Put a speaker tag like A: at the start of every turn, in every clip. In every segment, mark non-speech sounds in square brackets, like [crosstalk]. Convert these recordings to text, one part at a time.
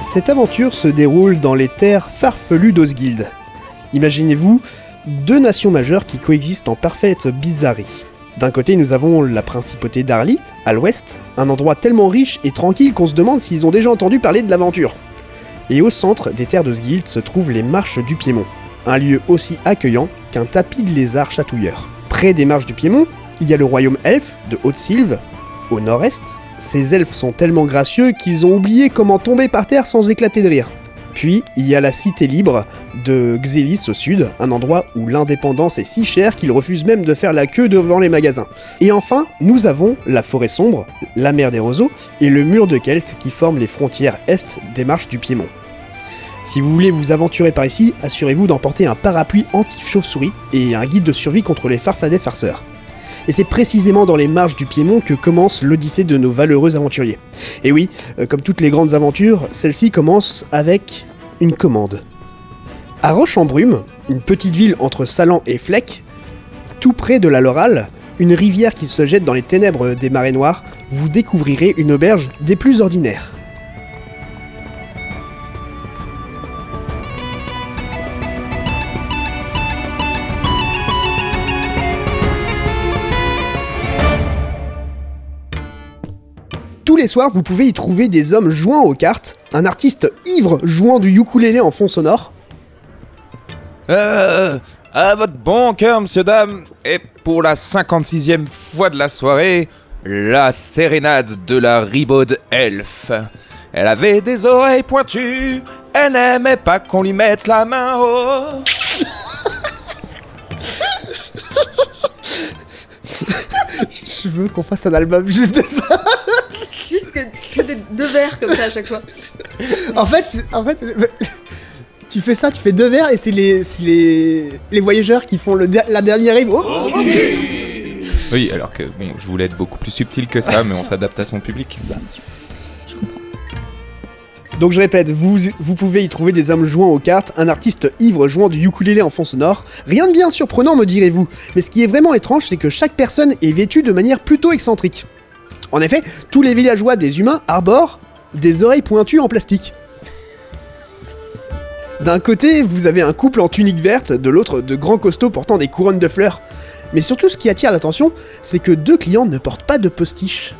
A: Cette aventure se déroule dans les terres farfelues d'Osguild. Imaginez-vous deux nations majeures qui coexistent en parfaite bizarrerie. D'un côté, nous avons la principauté d'Arly, à l'ouest, un endroit tellement riche et tranquille qu'on se demande s'ils ont déjà entendu parler de l'aventure. Et au centre des terres d'Osguild se trouvent les marches du Piémont, un lieu aussi accueillant qu'un tapis de lézard chatouilleur. Près des marches du Piémont, il y a le royaume elfe de Haute-Sylve, au nord-est. Ces elfes sont tellement gracieux qu'ils ont oublié comment tomber par terre sans éclater de rire. Puis, il y a la cité libre de Xélis au sud, un endroit où l'indépendance est si chère qu'ils refusent même de faire la queue devant les magasins. Et enfin, nous avons la forêt sombre, la mer des roseaux et le mur de Kelt qui forment les frontières est des marches du Piémont. Si vous voulez vous aventurer par ici, assurez-vous d'emporter un parapluie anti-chauve-souris et un guide de survie contre les farfadets farceurs. Et c'est précisément dans les marges du Piémont que commence l'odyssée de nos valeureux aventuriers. Et oui, euh, comme toutes les grandes aventures, celle-ci commence avec une commande. À Roche-en-Brume, une petite ville entre Salan et Fleck, tout près de la Lorale, une rivière qui se jette dans les ténèbres des marées noires, vous découvrirez une auberge des plus ordinaires. Tous les soirs, vous pouvez y trouver des hommes jouant aux cartes, un artiste ivre jouant du ukulélé en fond sonore,
B: Euh, à votre bon cœur, monsieur, dame, et pour la 56e fois de la soirée, la sérénade de la ribaude elfe. Elle avait des oreilles pointues, elle n'aimait pas qu'on lui mette la main au...
A: Je veux qu'on fasse un album juste de ça.
C: Juste que, que des, deux verres comme ça à chaque fois.
A: En fait, tu- en fait, tu fais ça, tu fais deux verres et c'est les, c'est les, les voyageurs qui font le der- la dernière rive. Oh
B: Oui, alors que, bon, je voulais être beaucoup plus subtil que ça, mais on s'adapte à son public.
A: Donc je répète, vous, vous pouvez y trouver des hommes jouant aux cartes, un artiste ivre jouant du ukulélé en fond sonore. Rien de bien surprenant, me direz-vous. Mais ce qui est vraiment étrange, c'est que chaque personne est vêtue de manière plutôt excentrique. En effet, tous les villageois des humains arborent des oreilles pointues en plastique. D'un côté, vous avez un couple en tunique verte, de l'autre, de grands costauds portant des couronnes de fleurs. Mais surtout, ce qui attire l'attention, c'est que deux clients ne portent pas de postiche.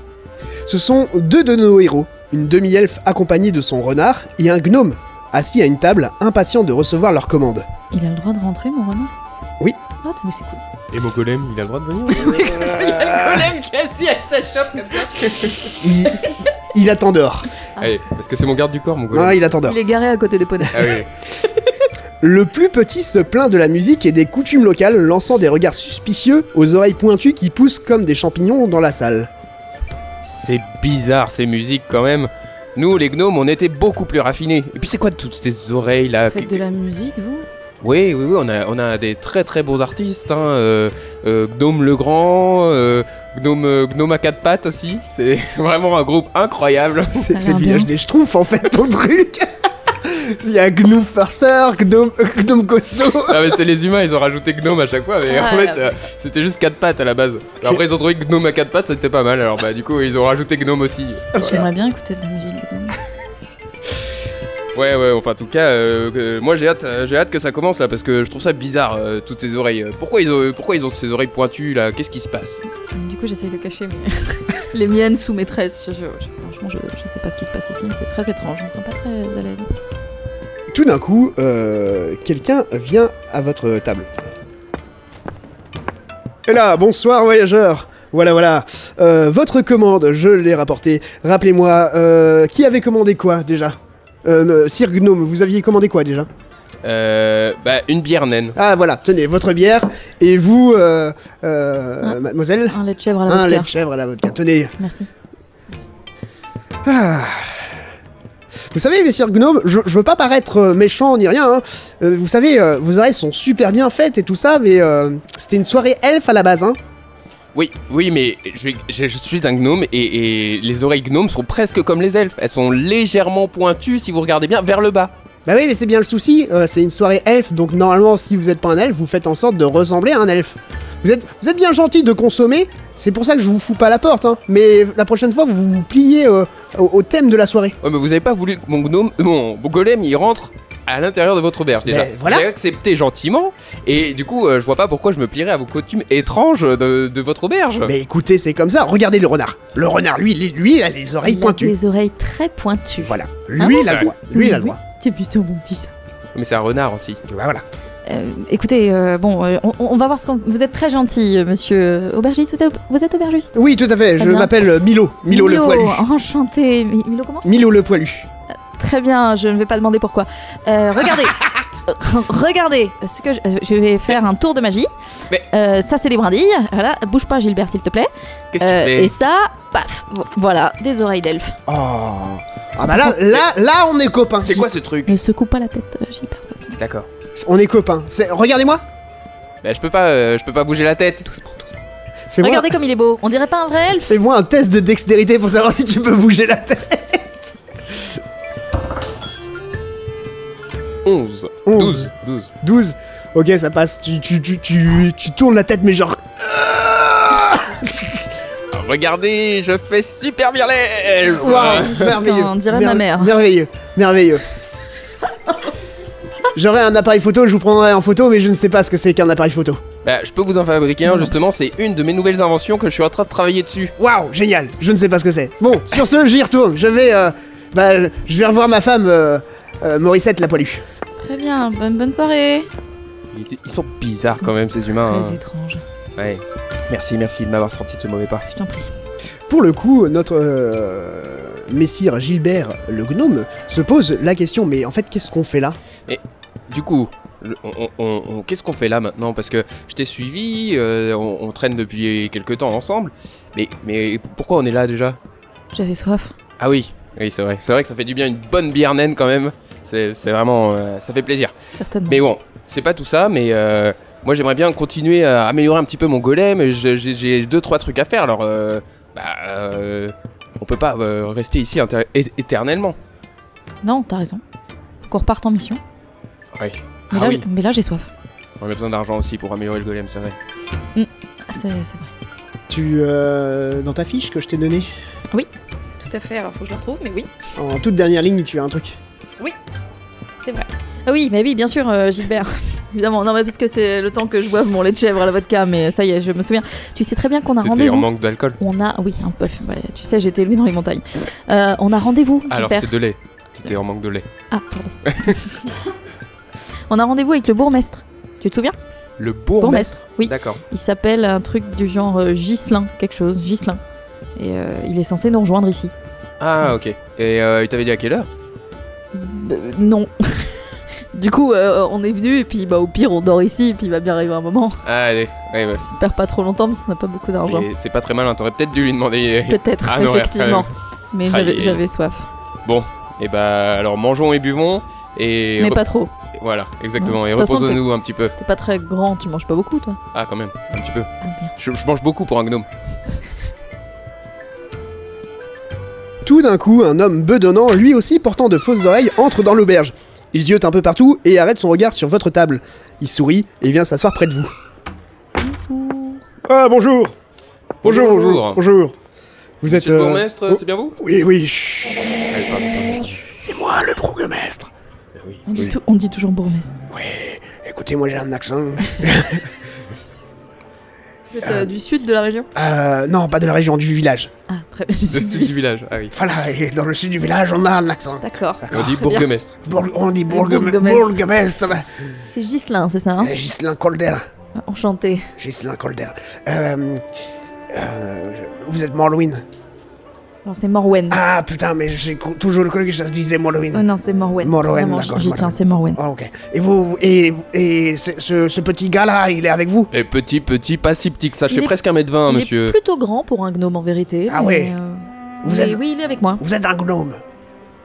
A: Ce sont deux de nos héros, une demi-elfe accompagnée de son renard et un gnome, assis à une table, impatient de recevoir leur commande.
D: Il a le droit de rentrer, mon renard
A: Oui.
D: Ah, t'es- mais c'est cool.
E: Et mon golem, il a le droit de venir Ah.
C: Golem qui est assis avec sa chope comme ça.
E: [laughs]
A: Il, il attend dehors.
E: Allez, parce Ah. que c'est mon garde du corps, mon golem.
A: Ah, il attend dehors.
D: Il est garé à côté des poneys.
E: Ah oui.
A: Le plus petit se plaint de la musique et des coutumes locales, lançant des regards suspicieux aux oreilles pointues qui poussent comme des champignons dans la
E: [laughs]
A: salle.
E: C'est bizarre ces musiques quand même. Nous, les gnomes, on était beaucoup plus raffinés. Et puis c'est quoi toutes ces oreilles là
D: Faites de la musique, vous
E: Oui, oui, oui, on a, on a des très très bons artistes. Hein. euh, euh, Gnome le Grand, euh, Gnome, euh, Gnome à quatre pattes aussi. C'est [laughs] vraiment un groupe incroyable.
A: C'est
D: a
A: c'est le
D: l'air
A: village
D: bien.
A: des schtroumpfs en fait, ton truc [laughs] Il y a Gnome Farceur, Gnome, Gnome Costaud.
E: Ah mais c'est les humains, ils ont rajouté Gnome à chaque fois, mais
C: Ah,
E: en fait
C: ouais.
E: euh, c'était juste quatre pattes à la base. Alors Après ils ont trouvé que Gnome à quatre pattes c'était pas mal, alors bah du coup ils ont rajouté Gnome aussi.
A: Ah,
E: Voilà.
D: J'aimerais bien écouter de la musique. Gnome.
E: Ouais ouais, enfin en tout cas, euh, euh, moi j'ai hâte, euh, j'ai hâte que ça commence là parce que je trouve ça bizarre euh, toutes ces oreilles. Euh, Pourquoi ils ont, pourquoi ils ont ces oreilles pointues là Qu'est-ce qui se passe
D: Du coup, j'essaye de cacher mes... les miennes sous maîtresse. Je, je- je- [laughs] franchement, je, je sais pas ce qui se passe ici, mais c'est très étrange. Je me sens pas très à l'aise.
A: Tout d'un coup, euh, quelqu'un vient à votre table. Et là, bonsoir voyageurs Voilà, voilà. Euh, votre commande, je l'ai rapportée. Rappelez-moi, euh, qui avait commandé quoi déjà euh, me- Sir Gnome, vous aviez commandé quoi déjà
E: Euh, bah une bière naine.
A: Ah voilà, tenez, votre bière et vous, euh, euh, mademoiselle
D: Un lait de chèvre à la
A: Un lait
D: vodka.
A: de chèvre à la vodka, tenez.
D: Merci.
A: Ah. Vous savez, messieurs Gnome, je, je veux pas paraître euh, méchant ni rien. hein. Euh, vous savez, euh, vos oreilles sont super bien faites et tout ça, mais euh, c'était une soirée elfe à la base. Hein.
E: Oui, oui mais je, je- je suis un gnome et, et les oreilles gnomes sont presque comme les elfes. Elles sont légèrement pointues si vous regardez bien vers le bas.
A: Bah oui, mais c'est bien le souci. euh, c'est une soirée elfe, donc normalement, si vous êtes pas un elfe, vous faites en sorte de ressembler à un elfe. Vous êtes, vous êtes bien gentil de consommer, C'est pour ça que je vous fous pas à la porte, hein. Mais la prochaine fois, vous vous pliez euh, au, au thème de la soirée.
E: Ouais, mais vous avez pas voulu que mon gnome, euh, mon, mon golem, il rentre à l'intérieur de votre auberge déjà.
A: Ben, voilà.
E: J'ai accepté gentiment, et du coup, euh, je vois pas pourquoi je me plierais à vos coutumes étranges de, de votre auberge.
A: Mais écoutez, c'est comme ça. Regardez le renard. Le renard, lui, lui, lui, il a les oreilles
D: Il a
A: pointues.
D: des oreilles très pointues.
A: Voilà.
D: Ah
A: Lui, il a le
E: bon
A: droit. Lui, il a le
D: Oui,
A: droit.
D: C'est plutôt mon petit ça.
E: Mais c'est un renard aussi.
A: Bah, voilà.
D: Euh, écoutez, euh, bon, euh, on, on va voir ce qu'on. Vous êtes très gentil, euh, monsieur euh, aubergiste. Vous êtes, vous êtes aubergiste
A: Oui, tout à fait.
D: Très
A: Je
D: bien.
A: m'appelle euh, Milo. Milo le poilu.
D: Enchanté. Mi- Milo comment
A: Milo le poilu.
D: Très bien. Je ne vais pas demander pourquoi. Euh,
E: [laughs]
D: regardez. Euh, Regardez, ce que je, euh, je vais faire un tour de magie.
E: Mais-
D: Euh, ça, c'est les brindilles. Voilà, bouge pas, Gilbert, s'il te plaît.
E: Qu'est-ce
D: Euh,
E: que tu fais
D: et ça, paf, vo- voilà, des oreilles d'elfe.
A: Oh. Ah bah là, là, là, on est copains.
E: C'est quoi ce truc
D: Ne secoue pas la tête, euh, Gilbert. ça-
E: D'accord.
A: On est copains. C'est- Regardez-moi.
E: Bah, je peux pas, euh, je peux pas bouger la tête.
A: Fais-moi
D: Regardez comme il est beau. On dirait pas un vrai elfe
A: fais-moi un test de dextérité pour savoir si tu peux bouger la tête.
E: 11.
A: 11,
E: 12. 12.
A: 12. Ok, ça passe. Tu, tu, tu, tu, tu tournes la tête, mais genre.
E: Ah, regardez, je fais super bien l'elfe
A: Waouh, merveilleux.
D: on dirait ma mère.
A: Merveilleux, merveilleux. J'aurais un appareil photo, je vous prendrais en photo, mais je ne sais pas ce que c'est qu'un appareil photo.
E: Bah, je peux vous en fabriquer un justement, c'est une de mes nouvelles inventions que je suis en train de travailler dessus.
A: Waouh, génial. Je ne sais pas ce que c'est. Bon, sur ce, j'y retourne. Je vais, euh, bah, je vais revoir ma femme, euh, euh, Morissette la poilue.
D: Très bien, bonne, bonne soirée.
E: Ils étaient- Ils sont bizarres quand même ces humains.
D: Très
E: hein.
D: étrange,
E: Ouais. Merci, merci de m'avoir sorti de ce mauvais pas.
D: je t'en prie.
A: Pour le coup, notre euh, messire Gilbert le gnome se pose la question. Mais en fait, qu'est-ce qu'on fait là
E: Du coup, le- on- on- on- on- qu'est-ce qu'on fait là maintenant Parce que je t'ai suivi, euh, on, on traîne depuis quelques temps ensemble. Mais, mais pourquoi on est là déjà
D: J'avais soif.
E: Ah oui, oui c'est vrai. C'est vrai que ça fait du bien une bonne bière naine quand même. C'est c'est vraiment, euh, ça fait plaisir.
D: Certainement.
E: Mais bon, c'est pas tout ça, mais euh, moi j'aimerais bien continuer à améliorer un petit peu mon golem. Je- J'ai j'ai deux trois trucs à faire, alors euh, bah, euh, on peut pas euh, rester ici inter- é- éternellement.
D: Non, t'as raison. Faut qu'on reparte en mission.
E: Oui.
D: Mais
E: ah
D: là,
E: oui,
D: je- mais là, j'ai soif.
E: on a besoin d'argent aussi pour améliorer le golem, c'est vrai.
D: Ah, C'est c'est vrai.
A: Tu, euh, dans ta fiche que je t'ai donnée,
C: Tout à fait, alors faut que je le retrouve, mais oui.
A: en toute dernière ligne, tu as un truc.
D: Ah oui, mais oui, bien sûr, euh, Gilbert. [laughs] Évidemment, non, mais parce que c'est le temps que je bois mon lait de chèvre à la vodka, mais ça y est, je me souviens. Tu sais très bien qu'on a
E: T'étais en
D: rendez-vous.
E: manque d'alcool
D: On a, oui, un peu. Ouais, tu sais, j'ai été élevée dans les montagnes. Euh, on a rendez-vous,
E: Ah, Alors
D: Gilbert.
E: c'était de lait. T'étais en manque de lait.
D: Ah, pardon. [laughs] on a rendez-vous avec le bourgmestre. Tu te souviens
E: Le bourgmestre.
D: bah, oui.
E: D'accord.
D: Il s'appelle un truc du genre euh, Ghislain, quelque chose, Ghislain. Et euh, il est censé nous rejoindre ici.
E: Ah ok. Et euh, il t'avait dit à quelle heure
D: Euh, non. [laughs] du coup, euh, on est venu, et puis bah, au pire, on dort ici, et puis il va bien arriver un moment.
E: Ah allez. Ouais, bah,
D: J'espère pas trop longtemps, parce qu'on n'a pas beaucoup d'argent.
E: c'est- c'est pas très malin. T'aurais peut-être dû lui demander.
D: Peut-être,
E: Ah, non, ouais,
D: effectivement. Mais
E: Ah,
D: j'avais-
E: il est-
D: j'avais soif.
E: Et bah alors mangeons et buvons et.
D: Mais
E: re-
D: pas trop.
E: Voilà, exactement. Et
D: De toute façon,
E: reposons-nous un petit peu.
D: T'es pas très grand, tu manges pas beaucoup, toi.
E: Ah, quand même, un petit peu.
D: Ah, merde.
E: Je, je mange beaucoup pour un gnome.
A: Tout d'un coup, un homme bedonnant, lui aussi portant de fausses oreilles, entre dans l'auberge. Il ziote un peu partout et arrête son regard sur votre table. Il sourit et vient s'asseoir près de vous.
D: Bonjour.
A: Ah bonjour
E: Bonjour, bonjour.
A: Bonjour Vous êtes...
E: Monsieur le
A: euh,
E: bourgmestre,
A: oh.
E: c'est bien vous
A: Oui, oui, chut.
E: Allez, pardon, pardon.
A: C'est moi le bourgmestre
D: On dit, tou- on dit toujours bourgmestre.
A: Écoutez, moi j'ai un accent.
D: Vous êtes euh, du sud de la région
A: euh, non, pas de la région, du village.
D: Ah, très
A: [laughs]
D: bien.
E: Le sud du village, ah oui.
A: Voilà, et dans le sud du village, on a un accent.
D: D'accord. Ah,
E: On dit
D: Très bien.
E: bourgmestre.
A: Bourg- on dit bourgme-
D: bourgmestre.
A: bourgmestre.
D: C'est Ghislain, c'est ça, hein
A: Euh, Ghislain Colder.
D: Enchanté.
A: Ghislain Colder. Euh, euh, vous êtes Morwin.
D: Non, c'est Morwen.
A: Ah putain, mais j'ai cou- toujours cru que ça se disait Morwin.
D: Oh non, c'est Morwen.
A: Morwen,
D: Vraiment,
A: d'accord,
D: J'y
A: Morwen.
D: tiens, c'est Morwen.
A: Ah, ok. Et vous, vous- et, et ce, ce- ce petit gars-là, il est avec vous
E: Et Eh, petit, petit, pas si petit que ça. Je
D: Il
E: fais
D: est-
E: presque 1m20,
D: il est
E: monsieur.
D: plutôt grand pour un gnome en vérité.
A: Ah
D: mais,
A: ouais.
D: euh,
A: Vous
D: mais
A: êtes-
D: Oui, il est avec moi.
A: Vous êtes un gnome.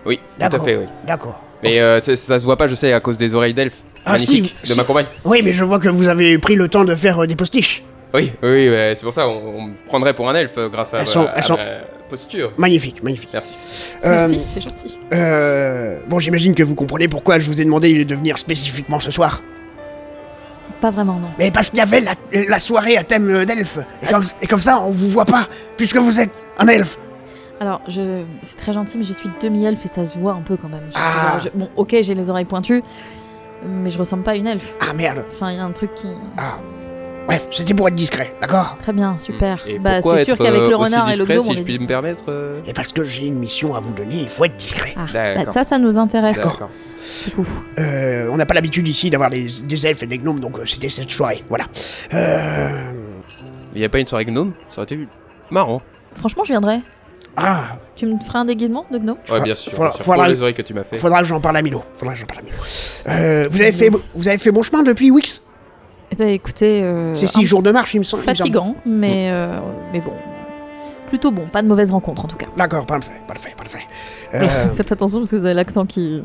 E: Oui, tout à
A: D'accord.
E: fait, oui.
A: D'accord.
E: Mais euh, c'est- ça se voit pas, je sais, à cause des oreilles d'elfe.
A: Ah,
E: Magnifique,
A: si,
E: de
A: si.
E: ma compagne.
A: Oui, mais je vois que vous avez pris le temps de faire euh, des postiches.
E: Oui, oui, oui, ouais, c'est pour ça, on, on me prendrait pour un elfe euh, grâce à,
A: Elles sont-
E: à
A: elles sont-
E: ma posture.
A: Magnifique, magnifique.
E: Merci.
A: Euh,
D: Merci, c'est gentil.
A: euh, bon, j'imagine que vous comprenez pourquoi je vous ai demandé de venir spécifiquement ce soir.
D: Pas vraiment, non.
A: Mais parce qu'il y avait la, la soirée à thème euh, d'elfe. Et comme, et comme ça, on vous voit pas, puisque vous êtes un elfe.
D: Alors, je... c'est très gentil, mais je suis demi-elfe et ça se voit un peu quand même. Je- euh,
A: Ah.
D: je- Bon, ok, j'ai les oreilles pointues, mais je ressemble pas à une elfe.
A: Ah merde.
D: Enfin, il y a un truc qui.
A: Ah. Bref, c'était pour être discret, d'accord
D: Très bien, super.
E: Hmm. Et
D: bah,
E: pourquoi
D: c'est sûr
E: être,
D: qu'avec
E: euh,
D: le
E: aussi
D: renard et le
E: discret,
D: gnome,
E: si
D: on
E: je
D: est
E: puis me permettre. euh,
A: Et parce que j'ai une mission à vous donner, il faut être discret.
D: Ah,
E: D'accord.
D: bah, ça, ça nous intéresse,
A: D'accord.
D: du coup.
A: Euh, on n'a pas l'habitude ici d'avoir des, des elfes et des gnomes, donc euh, c'était cette soirée, voilà. Euh...
E: Il n'y a pas une soirée gnome Ça aurait été marrant.
D: Franchement, je viendrai.
A: Ah,
D: Tu me feras un déguisement de gnome
E: Ouais,
A: Fa-
E: bien sûr.
A: faudra-
E: bien sûr.
A: faudra-
E: Pour les oreilles que tu m'as fait.
A: faudra que j'en parle à Milo. Faudra que j'en parle à Milo. Euh, vous, avez fait, vous avez fait bon chemin depuis Wix
D: Eh ben, écoutez. euh,
A: C'est
D: un-
A: six jours de marche, il me semble. il me semble.
D: Fatigant, mais, euh, mais bon. Plutôt bon, pas de mauvaise rencontre en tout cas.
A: D'accord, parfait, parfait, parfait.
D: [laughs]
A: Euh,
D: Faites attention parce que vous avez l'accent qui,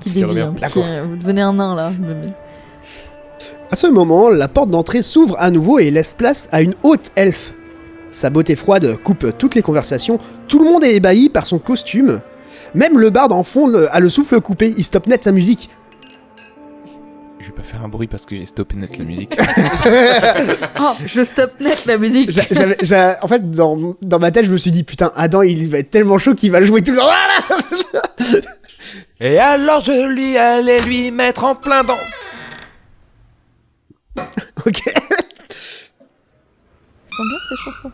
D: qui
E: Qui
D: dévie.
E: revient.
D: hein, qui-
A: D'accord.
D: euh, vous devenez un nain là. mais- mais-
F: À ce moment, la porte d'entrée s'ouvre à nouveau et laisse place à une haute elfe. Sa beauté froide coupe toutes les conversations, tout le monde est ébahi par son costume. Même le barde en fond le- a le souffle coupé, il stoppe net sa musique.
B: Je vais pas faire un bruit parce que j'ai stoppé net la musique.
D: [laughs] Oh, je stoppe net la musique.
F: J'a- j'avais- j'a- en fait, dans, dans ma tête, je me suis dit, putain, Adam, il va être tellement chaud qu'il va le jouer tout le temps. Ah
B: Et alors je lui allais lui mettre en plein dent.
F: [laughs] ok.
D: Ils sont bien ces chansons.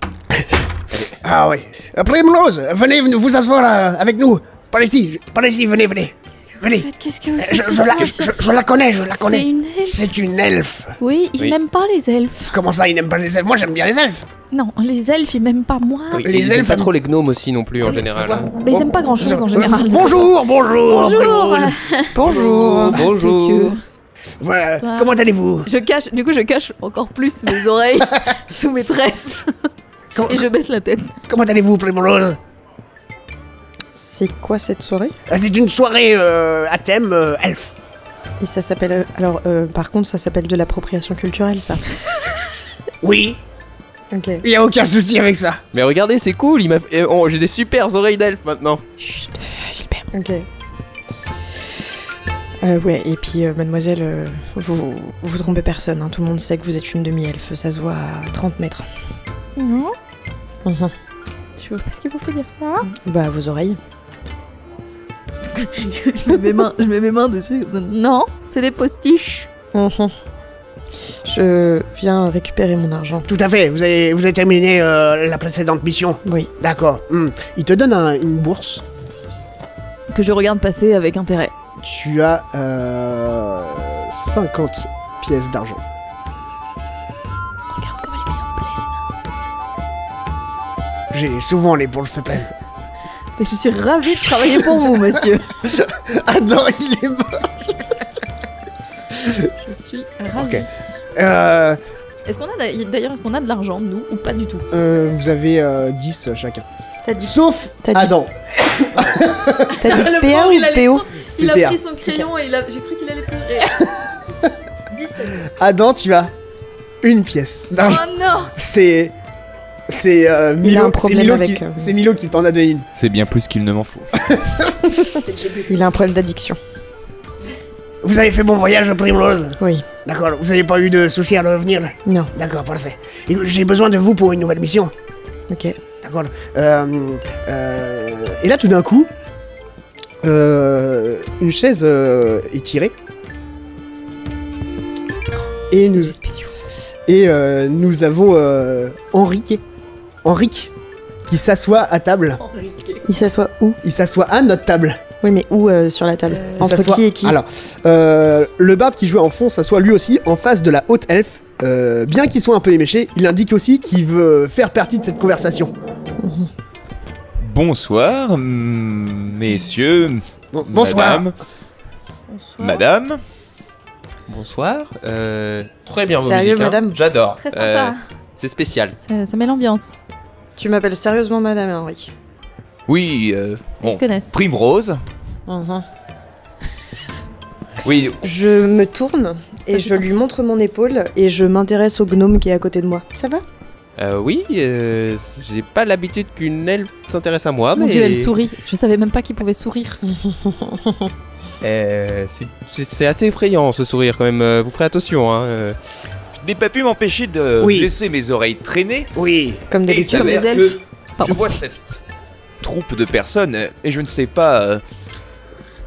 A: ah oui. Euh, Primrose, venez vous asseoir là,
F: euh,
A: avec nous. Par ici, par ici, venez, venez. Venez.
D: Qu'est-ce que vous
A: Euh, Je, je la, je, je la connais, je la
D: C'est
A: connais.
D: une elfe.
A: C'est une elfe.
D: Oui, ils
E: Oui.
D: m'aiment pas les elfes.
A: Comment ça, il n'aime pas les elfes Moi, j'aime bien les elfes.
D: Non, les elfes ils m'aiment pas moi.
E: Oui,
A: les
E: ils aiment
A: elfes-
E: pas trop les gnomes aussi non plus en général. hein.
D: Mais ils aiment pas grand chose en général.
A: euh, Bonjour, bonjour.
D: Bonjour. Bonjour.
E: Bonjour.
A: Voilà.
D: Bonsoir.
A: Comment allez-vous
D: Je cache, du coup, je cache encore plus mes oreilles [laughs] sous mes tresses
A: Comment-
D: et je baisse la tête.
A: Comment allez-vous, Primrose
G: C'est quoi cette soirée
A: Euh, C'est une soirée euh, à thème euh, elfe.
G: Et ça s'appelle. euh, Alors, euh, par contre, ça s'appelle de l'appropriation culturelle, ça.
A: Oui,
G: Ok.
A: il n'y a aucun souci avec ça.
E: Mais regardez, c'est cool. il m'a- eh, oh, J'ai des super oreilles d'elfe maintenant.
D: Chut, Gilbert.
G: Ok. Euh, ouais, et puis euh, mademoiselle, euh, vous, vous trompez personne, hein, tout le monde sait que vous êtes une demi-elfe, ça se voit à 30 mètres.
D: Non,
G: Mhm.
D: je vois pas ce qu'il vous fait dire ça. [laughs]
G: Bah, à vos oreilles.
D: je, mets mes mains, je mets mes mains dessus. Non, c'est des postiches.
G: Mhm. Je viens récupérer mon [laughs] argent.
A: Tout à fait, vous avez, vous avez terminé euh, la précédente mission.
G: Oui.
A: D'accord.
F: Hmm. Il te donne un- une bourse.
D: Que je regarde passer avec intérêt.
F: Tu as euh, 50 pièces d'argent.
D: Regarde comme elle est bien pleine.
A: J'ai souvent les bourses se plaindre.
D: Mais je suis ravie de travailler pour vous, monsieur.
F: [laughs] Adam, il est mort.
D: Je suis ravie.
F: Ok. Euh,
D: Est-ce qu'on a d'a- d'ailleurs, est-ce qu'on a de l'argent, nous, ou pas du tout
F: euh, vous avez euh, 10 chacun.
D: T'as dit-
F: Sauf
G: T'as dit-
F: Adam.
G: T'as dit
C: Le
G: PA
C: pauvre, il
G: ou
C: allait
G: PO
C: prendre- Il a
F: C'était
C: pris son crayon et il a- j'ai cru qu'il allait pleurer. Dix, t'as dit.
F: Adam, tu as une pièce
C: oh
F: d'argent.
C: non
F: C'est. C'est euh,
G: Il a
F: Milo,
G: un problème
F: c'est Milo
G: avec,
F: qui,
G: euh,
F: c'est Milo qui t'en a donné une.
B: C'est bien plus qu'il ne m'en faut.
G: Il a un problème d'addiction.
A: Vous avez fait bon voyage, Primrose
G: Oui.
A: D'accord, vous n'avez pas eu de soucis à revenir
G: Non.
A: D'accord, parfait. Et J'ai besoin de vous pour une nouvelle mission.
G: Ok.
A: D'accord. Euh, euh,
F: Et là, tout d'un coup, euh, une chaise euh, est tirée. Et nous, et, euh, nous avons euh, Henrique, Henrique qui s'assoit à table.
G: Il s'assoit où
F: Il s'assoit à notre table.
G: Oui, mais où euh, sur la table
D: Euh,
F: Il
G: Entre
F: s'assoit-
G: qui et qui
F: Alors, euh, le barde qui jouait en fond s'assoit lui aussi en face de la haute elfe. Euh, bien qu'il soit un peu éméché, il indique aussi qu'il veut faire partie de cette conversation.
G: Mhm.
B: Bonsoir, mm, messieurs,
A: bon- bonsoir.
B: madame,
D: Bonsoir.
B: madame.
E: Bonsoir. euh, très bien, vos
G: Sérieux,
E: musiques, hein.
G: madame
E: J'adore.
D: Très
E: Euh,
D: sympa.
E: c'est spécial.
D: Ça, ça met l'ambiance.
G: Tu m'appelles sérieusement madame Henri
B: Oui, euh,
D: Ils
B: bon,
D: se connaissent.
B: Primrose.
G: Mhm.
B: Oui,
G: Je me tourne
D: Ça,
G: et
D: c'est
G: je lui montre mon épaule et je m'intéresse au gnome qui est à côté de moi. Ça va
E: Euh, oui, euh, j'ai pas l'habitude qu'une elfe s'intéresse à moi,
D: Mon
E: Ah, mais
D: dieu, elle sourit. Je savais même pas qu'il pouvait sourire.
E: Euh, c'est- c'est c'est assez effrayant ce sourire quand même, euh, vous ferez attention. Hein. euh.
B: Je n'ai pas pu m'empêcher de
A: Oui.
B: laisser mes oreilles traîner.
A: Oui.
G: Comme
B: Et il
G: d'habitude.
D: Comme
B: s'avère
D: les
B: que
D: elfes.
B: je
D: Pardon.
B: vois cette troupe de personnes euh, et je ne sais pas. euh,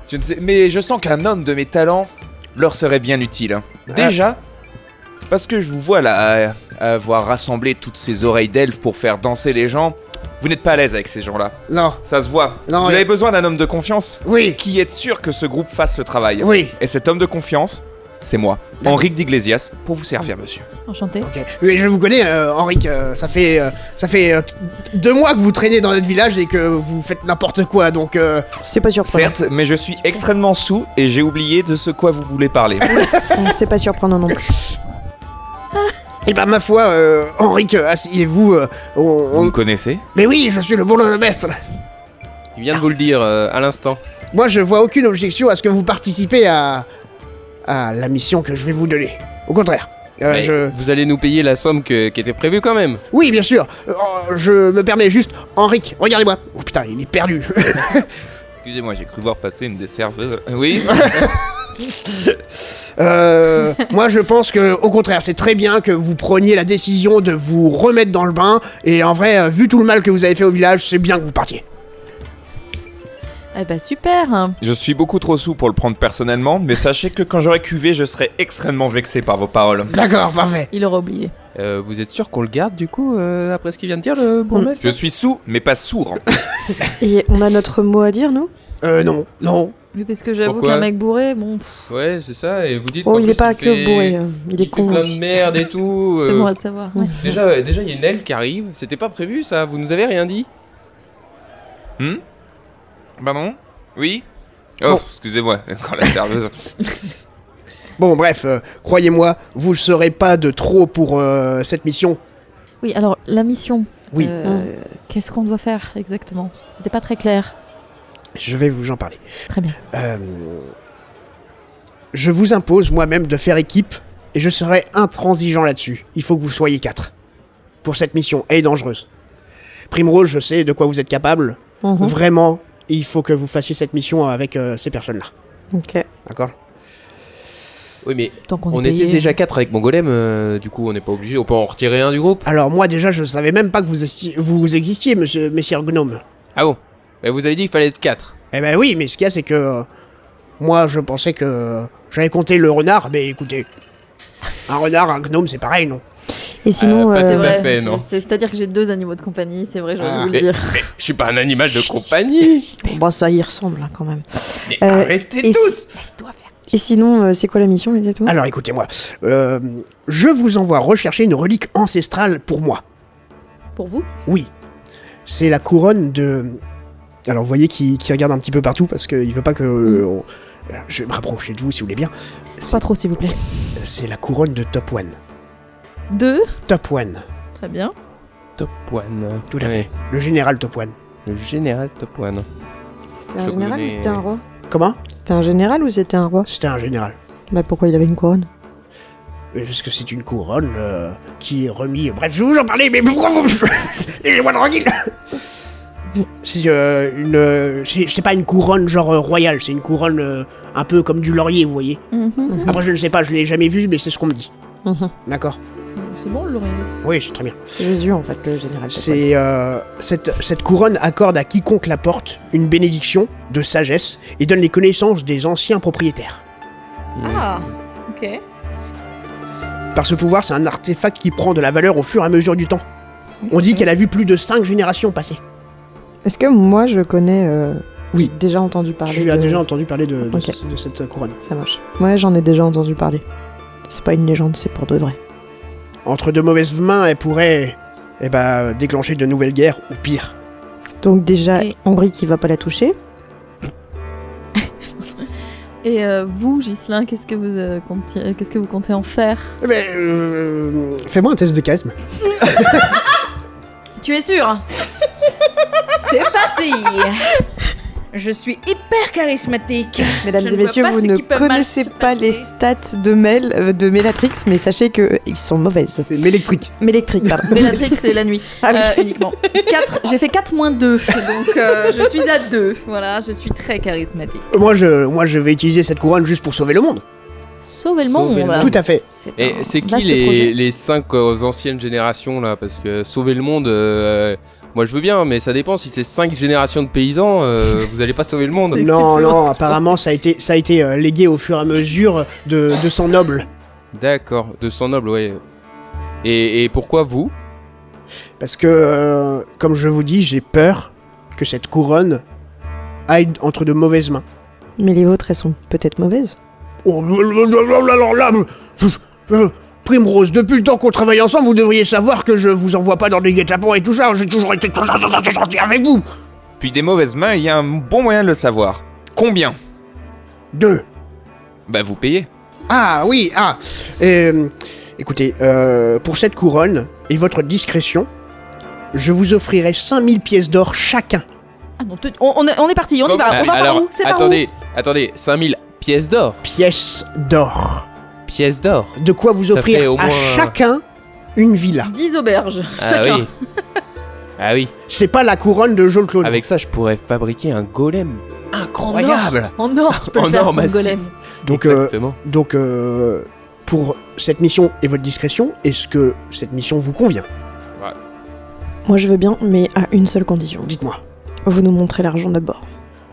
B: je ne sais, mais je sens qu'un homme de mes talents leur serait bien utile. hein.
A: Ah.
B: Déjà, parce que je vous vois là, euh, avoir rassemblé toutes ces oreilles d'elfes pour faire danser les gens. Vous n'êtes pas à l'aise avec ces gens-là.
A: Non.
B: Ça se voit.
A: Non,
B: vous
A: mais-
B: avez besoin d'un homme de confiance
A: Oui.
B: qui est sûr que ce groupe fasse le travail.
A: Oui.
B: Et cet homme de confiance, c'est moi, Henrique d'Iglesias, pour vous servir, monsieur.
D: Enchanté.
A: Ok. Oui, je vous connais, euh, Henrik. euh, ça fait, euh, ça fait euh, t- deux mois que vous traînez dans notre village et que vous faites n'importe quoi. Donc, euh,
G: C'est pas surprenant.
B: Certes, mais je suis extrêmement sous et j'ai oublié de ce quoi vous voulez parler.
G: C'est pas surprenant non plus.
A: eh ben, ma foi, euh, Henrik, euh, asseyez-vous. euh, on-
B: vous
A: on-
B: me connaissez
A: Mais oui, je suis le bon maître.
E: Il vient de vous le dire euh, à l'instant.
A: Moi, je vois aucune objection à ce que vous participez à à la mission que je vais vous donner. Au contraire. Euh,
E: Mais
A: je-
E: Vous allez nous payer la somme que- qui était prévue quand même.
A: Oui, bien sûr. Euh, oh, je me permets juste, Henrik, regardez-moi. Oh putain, il est perdu.
B: Excusez-moi, j'ai cru voir passer une des serveuses. Oui
A: Euh, moi, je pense que, au contraire, c'est très bien que vous preniez la décision de vous remettre dans le bain. Et en vrai, euh, vu tout le mal que vous avez fait au village, c'est bien que vous partiez.
D: Eh bah super.
B: Je suis beaucoup trop sous pour le prendre personnellement, mais sachez que quand j'aurai cuvé, je serai extrêmement vexé par vos paroles.
A: D'accord, parfait.
D: Il aura oublié.
E: Euh, vous êtes sûr qu'on le garde du coup euh, après ce qu'il vient de dire le
G: Mm.
E: bourgmestre
B: Je suis sous, mais pas sourd. hein.
G: Et on a notre mot à dire, nous
A: Euh, non, non.
D: Oui, parce que j'avoue
E: Pourquoi
D: qu'un mec bourré, bon, pff,
E: Ouais, c'est ça. Et vous dites.
G: Oh,
E: qu'en
G: il
E: plus,
G: est pas que
E: fait-
G: bourré, euh, il
E: Il
G: est
E: fait
G: con.
E: plein de
G: aussi.
E: merde et
G: [laughs]
E: tout.
D: c'est
E: euh,
D: bon à savoir. ouais.
E: Déjà, euh, déjà, il y a une aile qui arrive. C'était pas prévu, ça. Vous nous avez rien dit.
B: Hmm Pardon Oui Oh, excusez-moi, encore la serveuse.
A: Bon, bref, euh, croyez-moi, vous ne serez pas de trop pour euh, cette mission.
D: Oui, alors la mission.
A: Oui.
D: Euh, Qu'est-ce qu'on doit faire exactement C'était pas très clair.
A: Je vais vous en parler.
D: Très bien.
A: Euh, je vous impose moi-même de faire équipe et je serai intransigeant là-dessus. Il faut que vous soyez quatre pour cette mission. Elle est dangereuse. Primrose, je sais de quoi vous êtes capable.
G: Mhm.
A: Vraiment, il faut que vous fassiez cette mission avec euh, ces personnes-là.
G: Ok.
A: D'accord
E: Oui, mais
D: Tant qu'on
E: on
D: est
E: était
D: payé.
E: déjà quatre avec mon golem. euh, du coup, on n'est pas obligé. On peut en retirer un du groupe.
A: Alors moi déjà, je savais même pas que vous, esti- vous existiez, monsieur, messire Gnome.
E: Ah bon Mais vous avez dit qu'il fallait être quatre.
A: Eh ben oui, mais ce qu'il y a, c'est que... euh, moi, je pensais que... euh, J'avais compté le renard, mais écoutez... Un renard, un gnome, c'est pareil, non
G: Et sinon,
E: Euh, pas
G: euh,
D: C'est
E: de Tout à
D: vrai.
E: fait,
D: c'est-
E: non.
D: c'est- C'est-à-dire que j'ai deux animaux de compagnie. C'est vrai, j'aurais
A: Ah,
D: voulu
E: mais-
D: le dire.
E: Je suis pas un animal de compagnie.
G: bon, bah, ça y ressemble hein, quand même.
E: [laughs] Mais
G: Euh,
E: arrêtez
G: et
E: tous.
G: Et sinon, euh, c'est quoi la mission exactement
A: Alors écoutez-moi, euh, je vous envoie rechercher une relique ancestrale pour moi.
D: Pour vous
A: Oui, c'est la couronne de... Alors vous voyez qu'il qu'il regarde un petit peu partout parce qu'il veut pas que... euh, on- Je vais me rapprocher de vous si vous voulez bien.
D: Pas trop, s'il vous plaît.
A: C'est la couronne de Top One.
D: Deux.
A: Top One,
D: Très bien.
E: Top one.
A: Tout à fait. le général Top One.
E: Le général Top one.
G: C'était
E: un Je
G: un
E: général
G: général
E: connais-
G: ou c'était un roi
A: Comment
G: C'était un général ou c'était un roi
A: C'était un général.
G: Bah pourquoi il avait une couronne
A: Euh, Parce que c'est une couronne euh, qui est remis. Bref, je vais vous en parler, mais pourquoi vous. [laughs] Laissez-moi tranquille C'est euh, une. euh, c'est c'est pas une couronne genre euh, royale, c'est une couronne euh, un peu comme du laurier, vous voyez.
D: Mhm.
A: Après, je ne sais pas, je l'ai jamais vu, mais c'est ce qu'on me dit.
G: Mhm.
A: D'accord
D: Mm-hmm. C'est- C'est bon, le laurier.
A: Oui, c'est très bien.
G: Jésus en fait, le général.
A: C'est. euh, cette, cette couronne accorde à quiconque la porte une bénédiction de sagesse et donne les connaissances des anciens propriétaires.
G: Euh,
C: Ah, ok.
A: Par ce pouvoir, c'est un artefact qui prend de la valeur au fur et à mesure du temps. On dit qu'elle a vu plus de 5 générations passer.
G: Est-ce que moi je connais euh,
A: Oui.
G: j'ai déjà entendu parler
A: Tu as
G: de-
A: déjà entendu parler de, de
G: Ok.
A: ce- de cette couronne.
G: Ça marche. Ouais, j'en ai déjà entendu parler. C'est pas une légende, c'est pour de vrai.
A: Entre de mauvaises mains, elle pourrait eh ben, déclencher de nouvelles guerres, ou pire.
G: Donc déjà,
D: Et-
G: Henri qui va pas la toucher.
D: Et euh, vous, Ghislain, qu'est-ce que vous euh, comptiez- qu'est-ce que vous comptez en faire
A: Eh ben, euh, Fais-moi un test de charisme.
D: Tu es sûr hein
C: C'est parti
H: Je suis hyper charismatique.
G: Mesdames
C: Je
G: et
C: ne vois
G: messieurs,
C: pas
G: vous
C: ce
G: ne
C: qui peut mal
G: connaissez
C: se
G: pas les
C: passer.
G: stats de, Mel, euh, de Mélatrix, mais sachez qu'ils sont mauvaises.
A: C'est électrique.
G: Mélectrique, pardon.
C: [laughs]
D: Bellatrix, c'est la nuit.
G: Ah oui.
D: Euh, uniquement. Quatre- J'ai fait 4 moins 2, donc euh, je suis à 2. Voilà, je suis très charismatique.
A: Moi je, moi, je vais utiliser cette couronne juste pour sauver le monde.
D: Sauvez le
E: Sauvez
D: monde.
E: le
G: Ah.
E: monde.
A: Tout à fait.
D: C'est
E: Et
D: un
E: c'est qui
D: vaste projet.
E: les, les cinq euh, anciennes générations là Parce que sauver le monde, euh, moi je veux bien, mais ça dépend. Si c'est cinq générations de paysans,
D: [laughs]
E: euh, vous allez pas sauver le monde.
A: Non, non, apparemment, ça a été, ça a été euh, légué au fur et à mesure de, de son noble.
E: D'accord, de sang noble, ouais. Et, et pourquoi vous
A: Parce que, euh, comme je vous dis, j'ai peur que cette couronne aille entre de mauvaises mains.
G: Mais les vôtres, elles sont peut-être mauvaises.
A: Oh, alors là, euh, Primrose, depuis le temps qu'on travaille ensemble, vous devriez savoir que je vous envoie pas dans des guet-apens et tout ça. J'ai toujours été très très, très, très gentil avec vous.
B: Puis des mauvaises mains, il y a un bon moyen de le savoir. Combien
A: Deux.
B: Bah vous payez.
A: Ah oui, ah. Euh, écoutez, euh, pour cette couronne et votre discrétion, je vous offrirai 5000 pièces d'or chacun.
D: Ah non, tout- on, on est, on est parti, on y va.
E: Ah,
D: On va
E: alors,
D: par où C'est par où
E: attendez, attendez, 5000 pièces d'or.
A: Pièces d'or.
D: [laughs]
E: Pièces d'or.
A: De quoi vous
E: fait
A: offrir
E: au
A: à
E: moins-
A: chacun une villa.
D: 10 auberges,
E: Ah
D: chacun. [laughs]
E: oui. ah oui,
A: C'est pas la couronne de Joel Claude.
E: avec ça je pourrais fabriquer un golem Ah, incroyable.
D: En or, tu peux
E: En
D: le faire,
E: or
D: ton
E: massif.
D: golem.
A: Donc, euh,
E: Exactement.
A: donc euh, pour cette mission et votre discrétion, est-ce que cette mission vous convient
G: Moi, je veux bien, mais à une seule condition.
A: Dites-moi.
G: Vous nous montrez l'argent d'abord.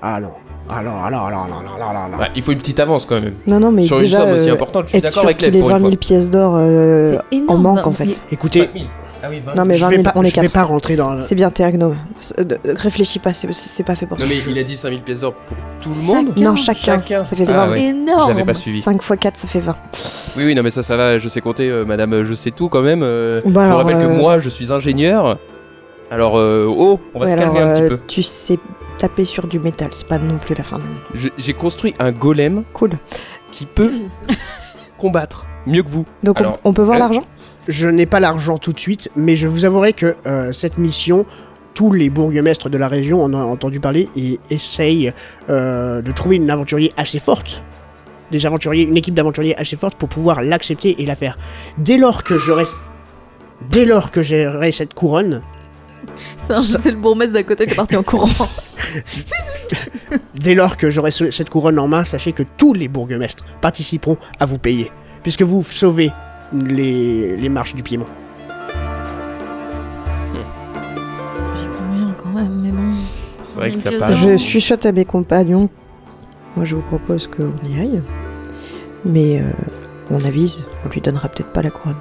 A: Ah non. Alors, alors, alors, alors, alors, alors, alors.
E: Ouais, il faut une petite avance quand même.
G: Non, non, mais
E: Sur
G: déjà,
E: une somme aussi
G: euh,
E: importante, je suis
G: être
E: d'accord
G: sûr
E: avec
G: qu'il
E: l'aide
G: ait
E: pour une
G: 20
E: fois.
G: 000 pièces d'or euh,
D: C'est énorme.
G: en manque, en fait.
D: Mais
A: Écoutez,
E: 5000. Ah oui, 20
G: Non, mais
A: je
G: 20
A: vais
G: 000,
A: pas,
G: on est
A: je vais
G: 4.
A: pas rentrer dans.
G: C'est bien, Théagnome. Réfléchis pas, c'est- c'est pas fait pour
E: Non
G: toi.
E: mais il a dit 5000 pièces d'or pour tout le monde
D: Chacun.
G: Non, chacun.
E: Chacun.
G: Ça fait
E: Ah
G: 20.
E: ouais.
D: énorme.
E: J'avais pas suivi.
G: 5 x 4, ça fait 20.
E: Oui oui non mais ça ça va, je sais compter euh, madame, euh, je sais tout quand même. euh,
G: Bah
E: je vous
G: alors,
E: rappelle que
G: euh,
E: moi je suis ingénieur. Alors euh, oh, on va
G: Ouais,
E: se calmer
G: alors,
E: un
G: euh,
E: petit peu.
G: Tu sais taper sur du métal, c'est pas non plus la fin du monde.
E: Je- J'ai construit un golem
G: Cool.
E: qui [laughs] peut combattre mieux que vous.
G: Donc on-
E: Alors,
G: on, peut voir
E: euh,
G: l'argent
A: Je n'ai pas l'argent tout de suite, mais je vous avouerai que euh, cette mission, tous les bourgmestres de la région en ont entendu parler et essayent euh, de trouver une aventurier assez forte. Des aventuriers, une équipe d'aventuriers assez forte pour pouvoir l'accepter et la faire. Dès lors que j'aurai. Dès lors que j'aurai cette couronne,
D: C'est un- C'est le bourgmestre d'à côté qui est parti en [laughs] courant.
A: Dès lors que j'aurai ce- cette couronne en main, sachez que tous les bourgmestres participeront à vous payer, puisque vous sauvez les, les marches du Piémont.
D: J'ai combien quand même, mais bon.
E: C'est vrai que ça
D: Une pièce
E: parle.
D: d'or.
G: Je chuchote à mes compagnons. Moi je vous propose qu'on y aille. Mais euh, on avise, on lui donnera peut-être pas la couronne.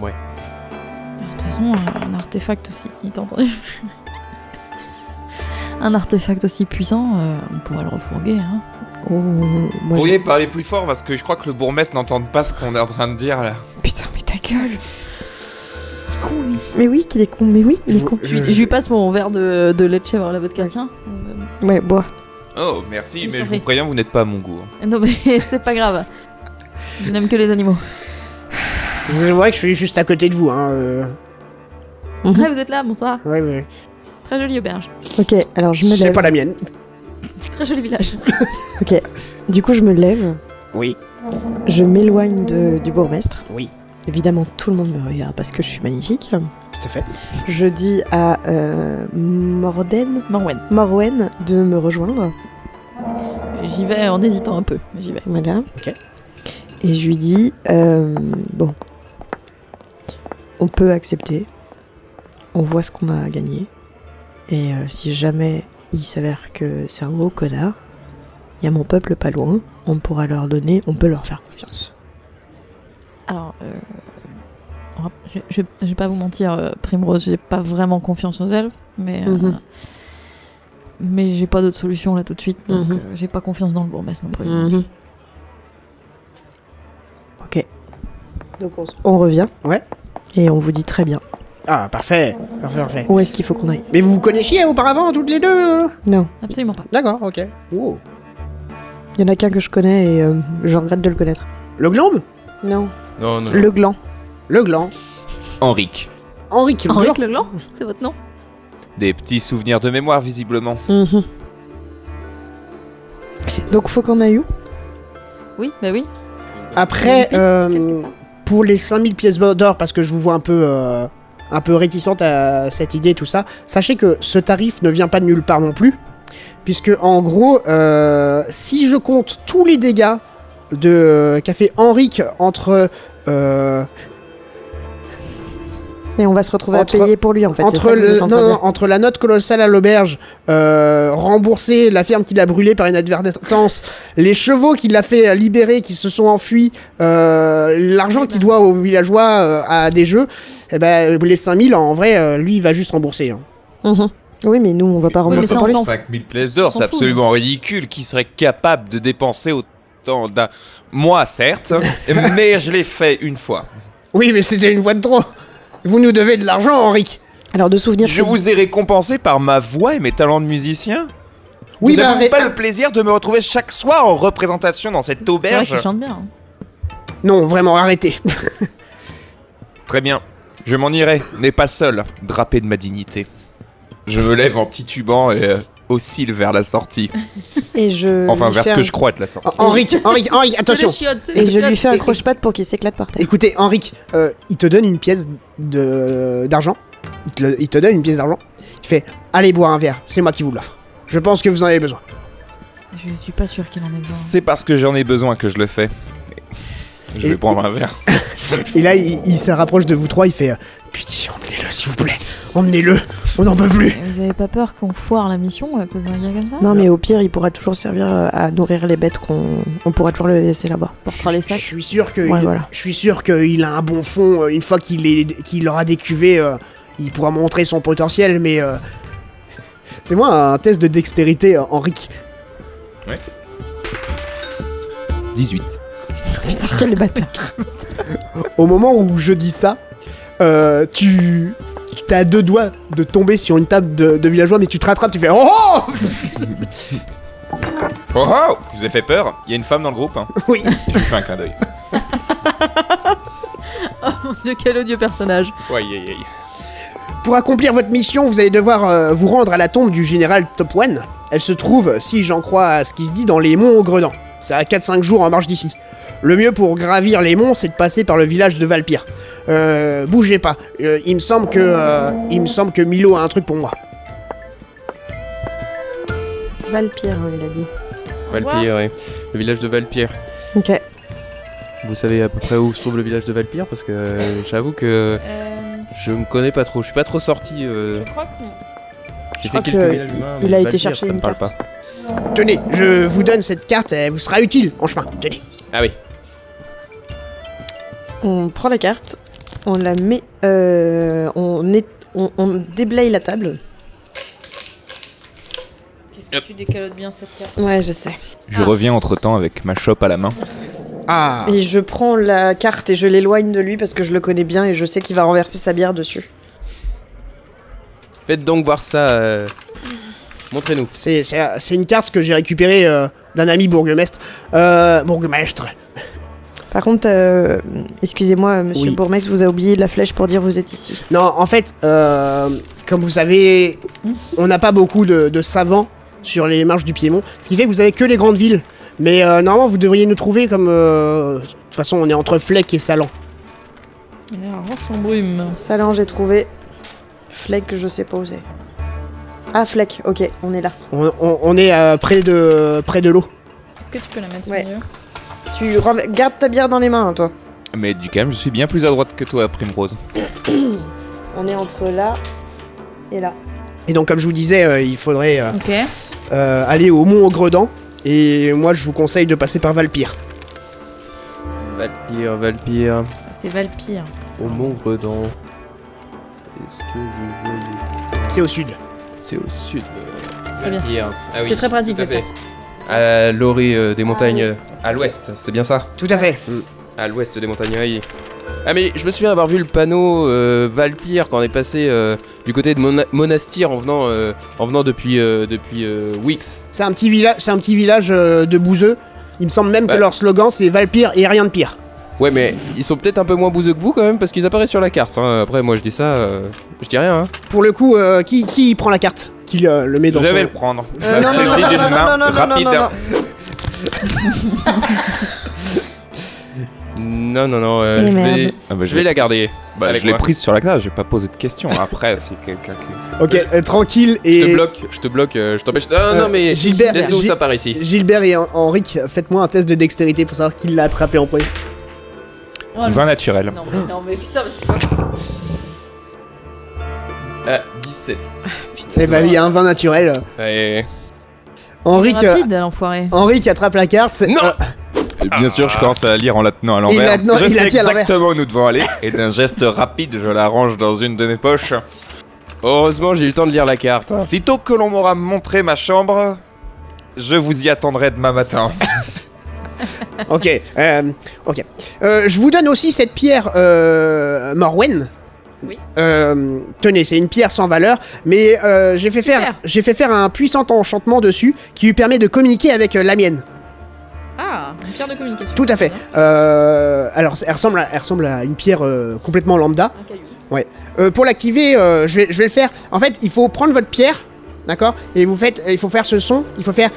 D: De toute façon, un artefact aussi. Il t'a entendu [laughs] Un artefact aussi puissant, euh, on pourrait le refourguer. Hein.
G: Oh, moi,
B: Vous
G: je-
B: pourriez parler plus fort parce que je crois que le bourgmestre n'entend pas ce qu'on est en train de dire là.
G: Putain, mais ta gueule
D: Con, lui.
G: Mais oui, qu'il est con, mais oui, il est
A: Je-
G: con.
D: Je, lui- je lui passe mon verre de, de lait de chèvre à la vodka. Tiens. Euh,
G: Ouais, bois.
B: Oh merci,
D: Je
B: mais
D: t'en
B: je
D: prie.
B: vous préviens, vous n'êtes pas à mon goût. hein.
D: Non, mais [laughs] c'est pas grave. Je n'aime que les animaux.
A: Je vous avouerai que je suis juste à côté de vous. Hein, euh,
G: Mhm.
D: Ah, vous êtes là, bonsoir.
A: ouais, ouais.
D: Très jolie auberge.
G: Ok, alors je me
A: C'est
G: lève.
A: pas la mienne.
D: Très joli village.
G: Du coup, je me lève,
A: Oui.
G: je m'éloigne de- du bourgmestre.
A: Oui.
G: Évidemment, tout le monde me regarde parce que je suis magnifique.
A: Tout à fait.
G: Je dis à euh, Morden,
D: Morwen.
G: Morwen de me rejoindre.
D: J'y vais en hésitant un peu, mais j'y vais.
G: Voilà.
A: Ok.
G: Et je lui dis, euh, bon, on peut accepter, on voit ce qu'on a gagné, et euh, si jamais il s'avère que c'est un gros connard, il y a mon peuple pas loin, on pourra leur donner, on peut leur faire confiance.
D: Alors, euh, on va- je, je- je vais pas vous mentir, euh, Primrose, j'ai pas vraiment confiance aux elfes, mais. euh,
G: Mhm.
D: Mais j'ai pas d'autre solution là tout de suite, donc
G: Mhm.
D: euh, j'ai pas confiance dans le bourgmestre non plus.
A: Mhm.
G: Ok. Donc on, s- on revient.
A: Ouais.
G: Et on vous dit très bien
A: Ah, parfait. Parfait, parfait.
G: où est-ce qu'il faut qu'on aille.
A: Mais vous vous connaissiez auparavant, toutes les deux euh
G: Non,
D: Absolument pas.
A: D'accord, ok. Oh. Wow.
G: il y en a qu'un que je connais et euh, je regrette de le connaître.
A: Le gland
G: Non.
E: Non non.
G: Le gland.
A: Le gland.
B: Henrique.
A: Henri le
D: Henri Legland, c'est votre nom
B: Des petits souvenirs de mémoire visiblement.
G: Mhm. Donc faut qu'on aille où
D: Oui, bah oui.
A: Après,
D: Il y a une piste,
A: euh, pour les 5000 pièces d'or, parce que je vous vois un peu, euh, un peu réticente à cette idée, tout ça, sachez que ce tarif ne vient pas de nulle part non plus. Puisque, en gros, euh, si je compte tous les dégâts de Café Henrique entre. euh,
G: Et on va se retrouver
A: Entre-
G: à payer pour lui en fait. c'est
A: entre,
G: ça que vous
A: le-
G: êtes en train
A: non,
G: de
A: non,
G: dire.
A: entre la note colossale à l'auberge, euh, rembourser la ferme qu'il a brûlée par inadvertance, les chevaux qu'il a fait libérer, qui se sont enfuis, euh, l'argent qu'il doit aux villageois euh, à des jeux, eh ben, les 5000, en vrai, euh, lui, il va juste rembourser. hein.
G: Mhm. Oui, mais nous on va pas
D: Oui, mais
B: Bah,
D: ça,
G: rembourser
D: on
G: pour lui.
D: s'en fout.
B: 5000 pièces d'or,
D: s'en
B: c'est
D: fout, hein.
B: absolument ridicule. Qui serait capable de dépenser autant d'un. Moi,
D: [laughs]
B: certes, mais je l'ai fait une fois.
A: Oui, mais c'était une voie de trop. Vous nous devez de l'argent, Henrik.
G: Alors de souvenir.
B: Je vous ai récompensé par ma voix et mes talents de musicien.
A: Oui,
B: Vous
A: bah,
B: n'avez
A: arrête-
B: pas le plaisir de me retrouver chaque soir en représentation dans cette
D: euh, C'est vrai que
B: auberge
D: tu chantes bien. hein.
A: Non, vraiment,
B: [laughs]
A: arrêtez.
B: Très bien, je m'en irai, mais pas seul, drapé de ma dignité. Je me lève en titubant et euh, oscille vers la sortie.
G: Euh, Et je.
B: Enfin,
G: lui
B: vers
G: fais
B: ce que
G: un-
B: je crois être la sortie.
A: Hen- Henrik, Henrik, Henrik,
D: C'est
A: attention.
D: les chiottes, c'est les
G: Et je lui
D: chiottes.
G: fais un croche-patte pour qu'il s'éclate par terre.
A: Écoutez, Henrik, euh, il te donne une pièce de d'argent. Il te, le- il te donne une pièce d'argent. Il fait Allez boire un verre, c'est moi qui vous l'offre. Je pense que vous en avez besoin.
D: Je suis pas sûre qu'il en ait besoin.
B: C'est parce que j'en ai besoin que je le fais. Je vais
A: Et-
B: prendre un verre.
A: Et là, il, il se rapproche de vous trois. Il fait euh, Pitié, emmenez-le, s'il vous plaît. Emmenez-le, on n'en peut plus.
D: Vous avez pas peur qu'on foire la mission à cause d'un gars comme ça
G: Non, mais au pire, il pourra toujours servir euh, à nourrir les bêtes qu'on. On pourra toujours le laisser là-bas.
D: Portera les
A: Je
D: sacs.
A: suis sûr que
G: Ouais,
A: il-
G: voilà.
A: je suis sûr qu'il a un bon fond. euh, Une fois qu'il est- qu'il aura décuvé, euh, il pourra montrer son potentiel. Mais euh, fais-moi un test de dextérité, euh, Henrik.
B: 18.
G: Putain, quel bâtard.
A: Au moment où je dis ça, euh, tu tu as à deux doigts de tomber sur une table de, de villageois, mais tu te rattrapes, tu fais Oh, oh
B: Oh oh Je vous ai fait peur Il y a une femme dans le groupe hein.
A: Oui.
B: Et Je lui fais un clin d'œil.
D: Oh mon dieu, quel odieux personnage.
B: [laughs] Ouais, aïe, aïe, aïe.
A: Pour accomplir votre mission, vous allez devoir euh, vous rendre à la tombe du général Top One. Elle se trouve, si j'en crois à ce qui se dit, dans les monts au Gredan. C'est à 4-5 jours en marche d'ici. Le mieux pour gravir les monts, c'est de passer par le village de Valpire. Euh, bougez pas. Euh, il me semble que, euh, il me semble que Milo a un truc pour moi.
G: Valpire, hein, il a dit.
E: Valpire, ouais. Le village de Valpire.
G: Ok.
E: Vous savez à peu près où se trouve le village de Valpire Parce que euh, j'avoue que
D: Euh,
E: je me connais pas trop. Je suis pas trop sorti. euh,
D: je crois que non.
E: J'ai
G: crois
E: fait quelques
G: que
E: villages
G: il-
E: humains.
G: il
E: mais
G: a été
E: Valpire, ça
G: chercher une
E: me parle
G: carte.
E: pas.
A: Tenez, je vous donne cette carte, elle vous sera utile en chemin. Tenez.
E: Ah oui.
G: On prend la carte, on la met, euh, on, est, on, on déblaye la table.
D: Qu'est-ce que tu décalotes bien cette carte
G: Ouais, je sais.
B: Je reviens entre temps avec ma chope à la main.
A: Ah.
G: Et je prends la carte et je l'éloigne de lui parce que je le connais bien et je sais qu'il va renverser sa bière dessus.
E: Faites donc voir ça. euh, Montrez-nous.
A: C'est, c'est, c'est une carte que j'ai récupérée euh, d'un ami bourgmestre. Euh, bourgmestre.
G: Par contre, euh, excusez-moi, euh, monsieur
A: Oui.
G: Bourmex vous a oublié la flèche pour dire vous êtes ici.
A: Non, en fait, euh, comme vous savez, on n'a pas beaucoup de, de savants sur les marches du Piémont, ce qui fait que vous avez que les grandes villes. Mais euh, normalement, vous devriez nous trouver comme... euh, de toute façon, on est entre Fleck et Salan.
D: On est à Roche en brume.
G: Salan, j'ai trouvé. Fleck, je sais pas où c'est. Ah, Fleck, ok, on est là.
A: On, on- on est euh, près de près de l'eau.
D: Est-ce que tu peux la mettre
G: Ouais.
D: au milieu
G: Tu renver- garde ta bière dans les mains, hein, toi.
B: Mais du calme, je suis bien plus à droite que toi, Primrose.
G: On est entre là et là.
A: Et donc, comme je vous disais, euh, il faudrait euh,
D: Ok.
A: euh, aller au mont Ogredan. Et moi, je vous conseille de passer par Valpire.
E: Valpire, Valpire.
D: C'est Valpire.
E: Au Mont Gredan. Est-ce que je vois les-
A: C'est au sud.
E: C'est au sud. euh,
D: Très bien.
E: Valpire. Ah oui.
D: C'est très pratique,
E: tout à
D: cette
E: fait. À l'orée euh, des montagnes. euh, À l'ouest, c'est bien ça
A: Tout à fait.
E: À l'ouest des montagnes Aïe. Ah mais je me souviens avoir vu le panneau euh, Valpire quand on est passé euh, du côté de Mona- Monastir en venant, euh, en venant depuis, euh, depuis euh, Wix.
A: C'est un petit village, c'est un petit village euh, de bouseux. Il me semble même
E: Ouais.
A: que leur slogan c'est Valpire et rien de pire.
E: Ouais mais ils sont peut-être un peu moins bouseux que vous quand même parce qu'ils apparaissent sur la carte. hein. Après moi je dis ça, euh, je dis rien. Hein.
A: Pour le coup, euh, qui, qui prend la carte Qui euh, le met
B: Je
A: dans
B: vais
A: son...
B: le prendre.
G: Euh,
B: Ça
E: Bah,
G: non, non, non,
B: suffit
G: non,
B: d'une
G: non,
B: main
E: hein.
G: non, non, non,
B: rapide. hein.
G: non, non.
E: Non, non, non, euh,
G: Eh
E: je,
G: merde.
E: vais,
B: Ah bah,
E: je vais la garder.
B: bah,
E: avec
B: je l'ai
E: moi.
B: prise sur la glace, j'ai pas posé de questions. Après, si quelqu'un qui.
A: Ok, euh, tranquille
E: Je
A: et.
E: te bloque, je te bloque, euh, je t'empêche. Ah,
A: Euh,
E: non, mais
A: Gilbert,
E: laisse-nous
A: Gil-
E: ça par ici.
A: Gilbert et Hen- Henrik, faites-moi un test de dextérité pour savoir qui l'a attrapé en premier.
D: Oh,
B: Vin naturel.
D: Non, mais- non, mais putain, mais c'est pas
E: Ah, 17.
A: Eh bah, il y a un vin naturel.
E: Allez.
A: Henrik, euh,
D: rapide, l'enfoiré.
A: Henrik attrape la carte.
E: Non
A: Euh,
B: Et bien sûr, je commence à lire en la tenant à
A: Il
B: l'envers.
A: la- non,
B: je
A: il la
B: sais
A: tient à l'envers.
B: exactement où nous devons aller. Et d'un [laughs] geste rapide, je la range dans une de mes poches.
E: Heureusement, j'ai eu le temps de lire la carte. hein.
B: Sitôt que l'on m'aura montré ma chambre, je vous y attendrai demain matin.
A: ok, euh, ok. Euh, je vous donne aussi cette pierre euh, Morwen.
C: Oui.
A: Euh, tenez, c'est une pierre sans valeur, mais euh, j'ai fait faire,
D: Super.
A: j'ai fait faire un puissant enchantement dessus qui lui permet de communiquer avec euh, la mienne.
D: Ah, une pierre de communication.
A: Tout à fait. Euh, alors, elle ressemble, à, elle ressemble à une pierre euh, complètement lambda.
D: Un caillou.
A: Euh, pour l'activer, euh, je, vais, je vais le faire. En fait, il faut prendre votre pierre, d'accord Et vous faites, il faut faire ce son, il faut faire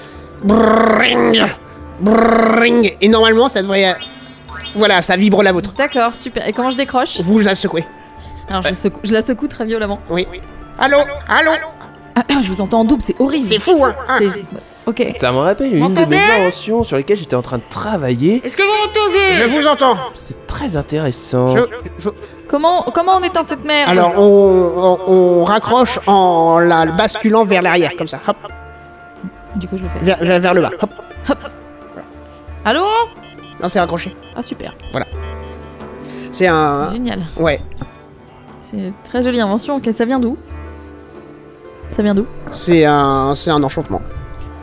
A: brrring, brrring, et normalement, ça devrait, voilà, ça vibre la vôtre.
D: D'accord, super. Et comment je décroche
A: Vous la secouez.
D: Alors, je, la secoue, je la secoue très violemment.
A: Allô, allô,
D: Ah, je vous entends en double, c'est horrible.
A: c'est fou, hein, hein
D: C'est- Ok.
E: Ça me rappelle une de
H: M'entendez
E: mes inventions sur lesquelles j'étais en train de travailler.
H: Est-ce que vous m'entendez
A: Je vous entends.
E: C'est très intéressant.
A: Je- je-
D: Comment, comment on éteint cette merde
A: Alors, on, on- on raccroche en la basculant vers l'arrière, comme ça, hop,
D: Du coup, je le fais.
A: vers, vers- vers le bas, hop.
D: Allô
A: Non, c'est raccroché.
D: Ah, super.
A: C'est un,
D: Génial.
A: Ah. ouais.
D: C'est une très jolie invention. Ok, ça vient d'où Ça vient d'où
A: C'est un, c'est un enchantement.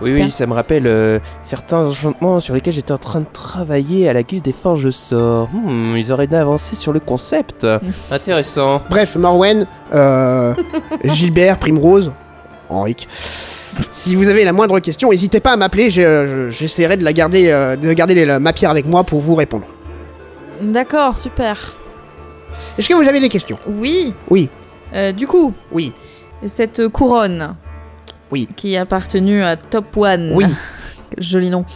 E: Oui,
D: Super.
E: oui, ça me rappelle euh, certains enchantements sur lesquels j'étais en train de travailler à la guilde des forges sort. Hmm, ils auraient dû avancer sur le
D: [laughs]
E: concept. Intéressant.
A: Bref, Morwen, [laughs] euh, Gilbert, Primrose, Henrik. Si vous avez la moindre question, n'hésitez pas à m'appeler. je- je- J'essaierai de la garder, euh, de garder les- la- ma pierre avec moi pour vous répondre.
D: D'accord, super.
A: Est-ce que vous avez des questions
D: Oui.
A: Oui.
D: Euh, du coup,
A: Oui.
D: cette couronne.
A: Oui.
D: Qui a appartenu à Top One.
A: Oui.
D: [laughs] Joli nom.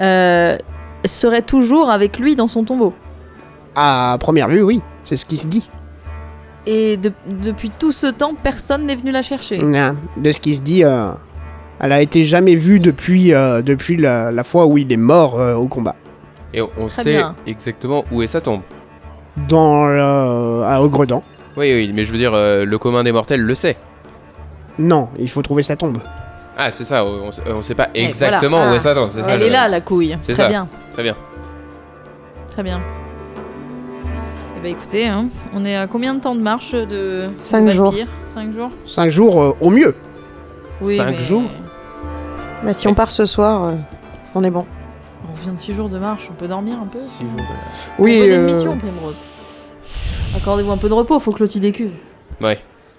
D: Euh, serait toujours avec lui dans son tombeau.
A: À première vue, oui. C'est ce qui se dit.
D: Et de- depuis tout ce temps, personne n'est venu la chercher.
A: Non, De ce qui se dit, euh, elle a été jamais vue depuis, euh, depuis la, la fois où il est mort euh, au combat.
E: Et on, on
D: Très
E: sait
D: bien.
E: exactement où est sa tombe.
A: Dans le- à Ogredan.
E: Oui, oui, mais je veux dire, euh, le commun des mortels le sait.
A: Non, il faut trouver sa tombe.
E: Ah, c'est ça, on, on- on sait pas
D: voilà.
E: exactement
D: Ah.
E: où est sa tombe. c'est ça,
D: Elle
E: le-
D: est là, la couille.
E: C'est
D: Très
E: ça.
D: bien.
E: Très bien.
D: Très bien. Eh bah écoutez, hein, on est à combien de temps de marche de
G: Cinq
D: de
G: jours.
D: Valpyre Cinq jours
A: Cinq jours euh, au mieux.
E: Cinq jours
G: Bah, si on part ce soir, euh, on est bon.
D: On revient de six jours de marche, on peut dormir un peu
E: Six jours de-
A: Oui.
D: Proposez une
A: euh,
D: mission, Primrose. Accordez-vous un peu de repos, faut que l'autre y décuve.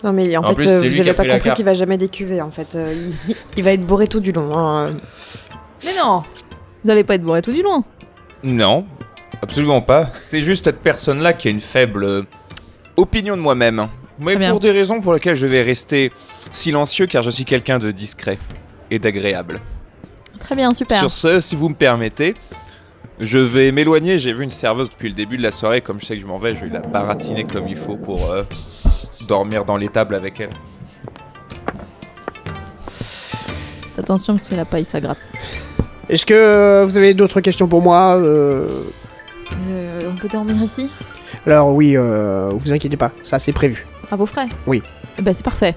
G: Non mais en,
E: En
G: fait,
E: plus,
G: euh,
E: c'est lui
G: vous
E: qui a
G: avez pas
E: pris la
G: compris
E: carte.
G: qu'il va jamais décuver en fait. Euh, il, il va être bourré tout du long. hein.
D: Mais non Vous allez pas être bourré tout du long.
B: Non, absolument pas. C'est juste cette personne-là qui a une faible euh, opinion de moi-même. Mais
D: Très bien.
B: pour des raisons pour lesquelles je vais rester silencieux car je suis quelqu'un de discret et d'agréable.
D: Très bien, super.
B: Sur ce, si vous me permettez, je vais m'éloigner. J'ai vu une serveuse depuis le début de la soirée. Comme je sais que je m'en vais, je vais la baratiner comme il faut pour euh, dormir dans les tables avec elle.
D: Attention parce que la paille, ça gratte.
A: Est-ce que euh, vous avez d'autres questions pour moi euh,
D: Euh, on peut dormir ici
A: Alors oui, euh, vous inquiétez pas, ça c'est prévu.
D: À vos frais
A: Oui.
D: Eh ben c'est parfait.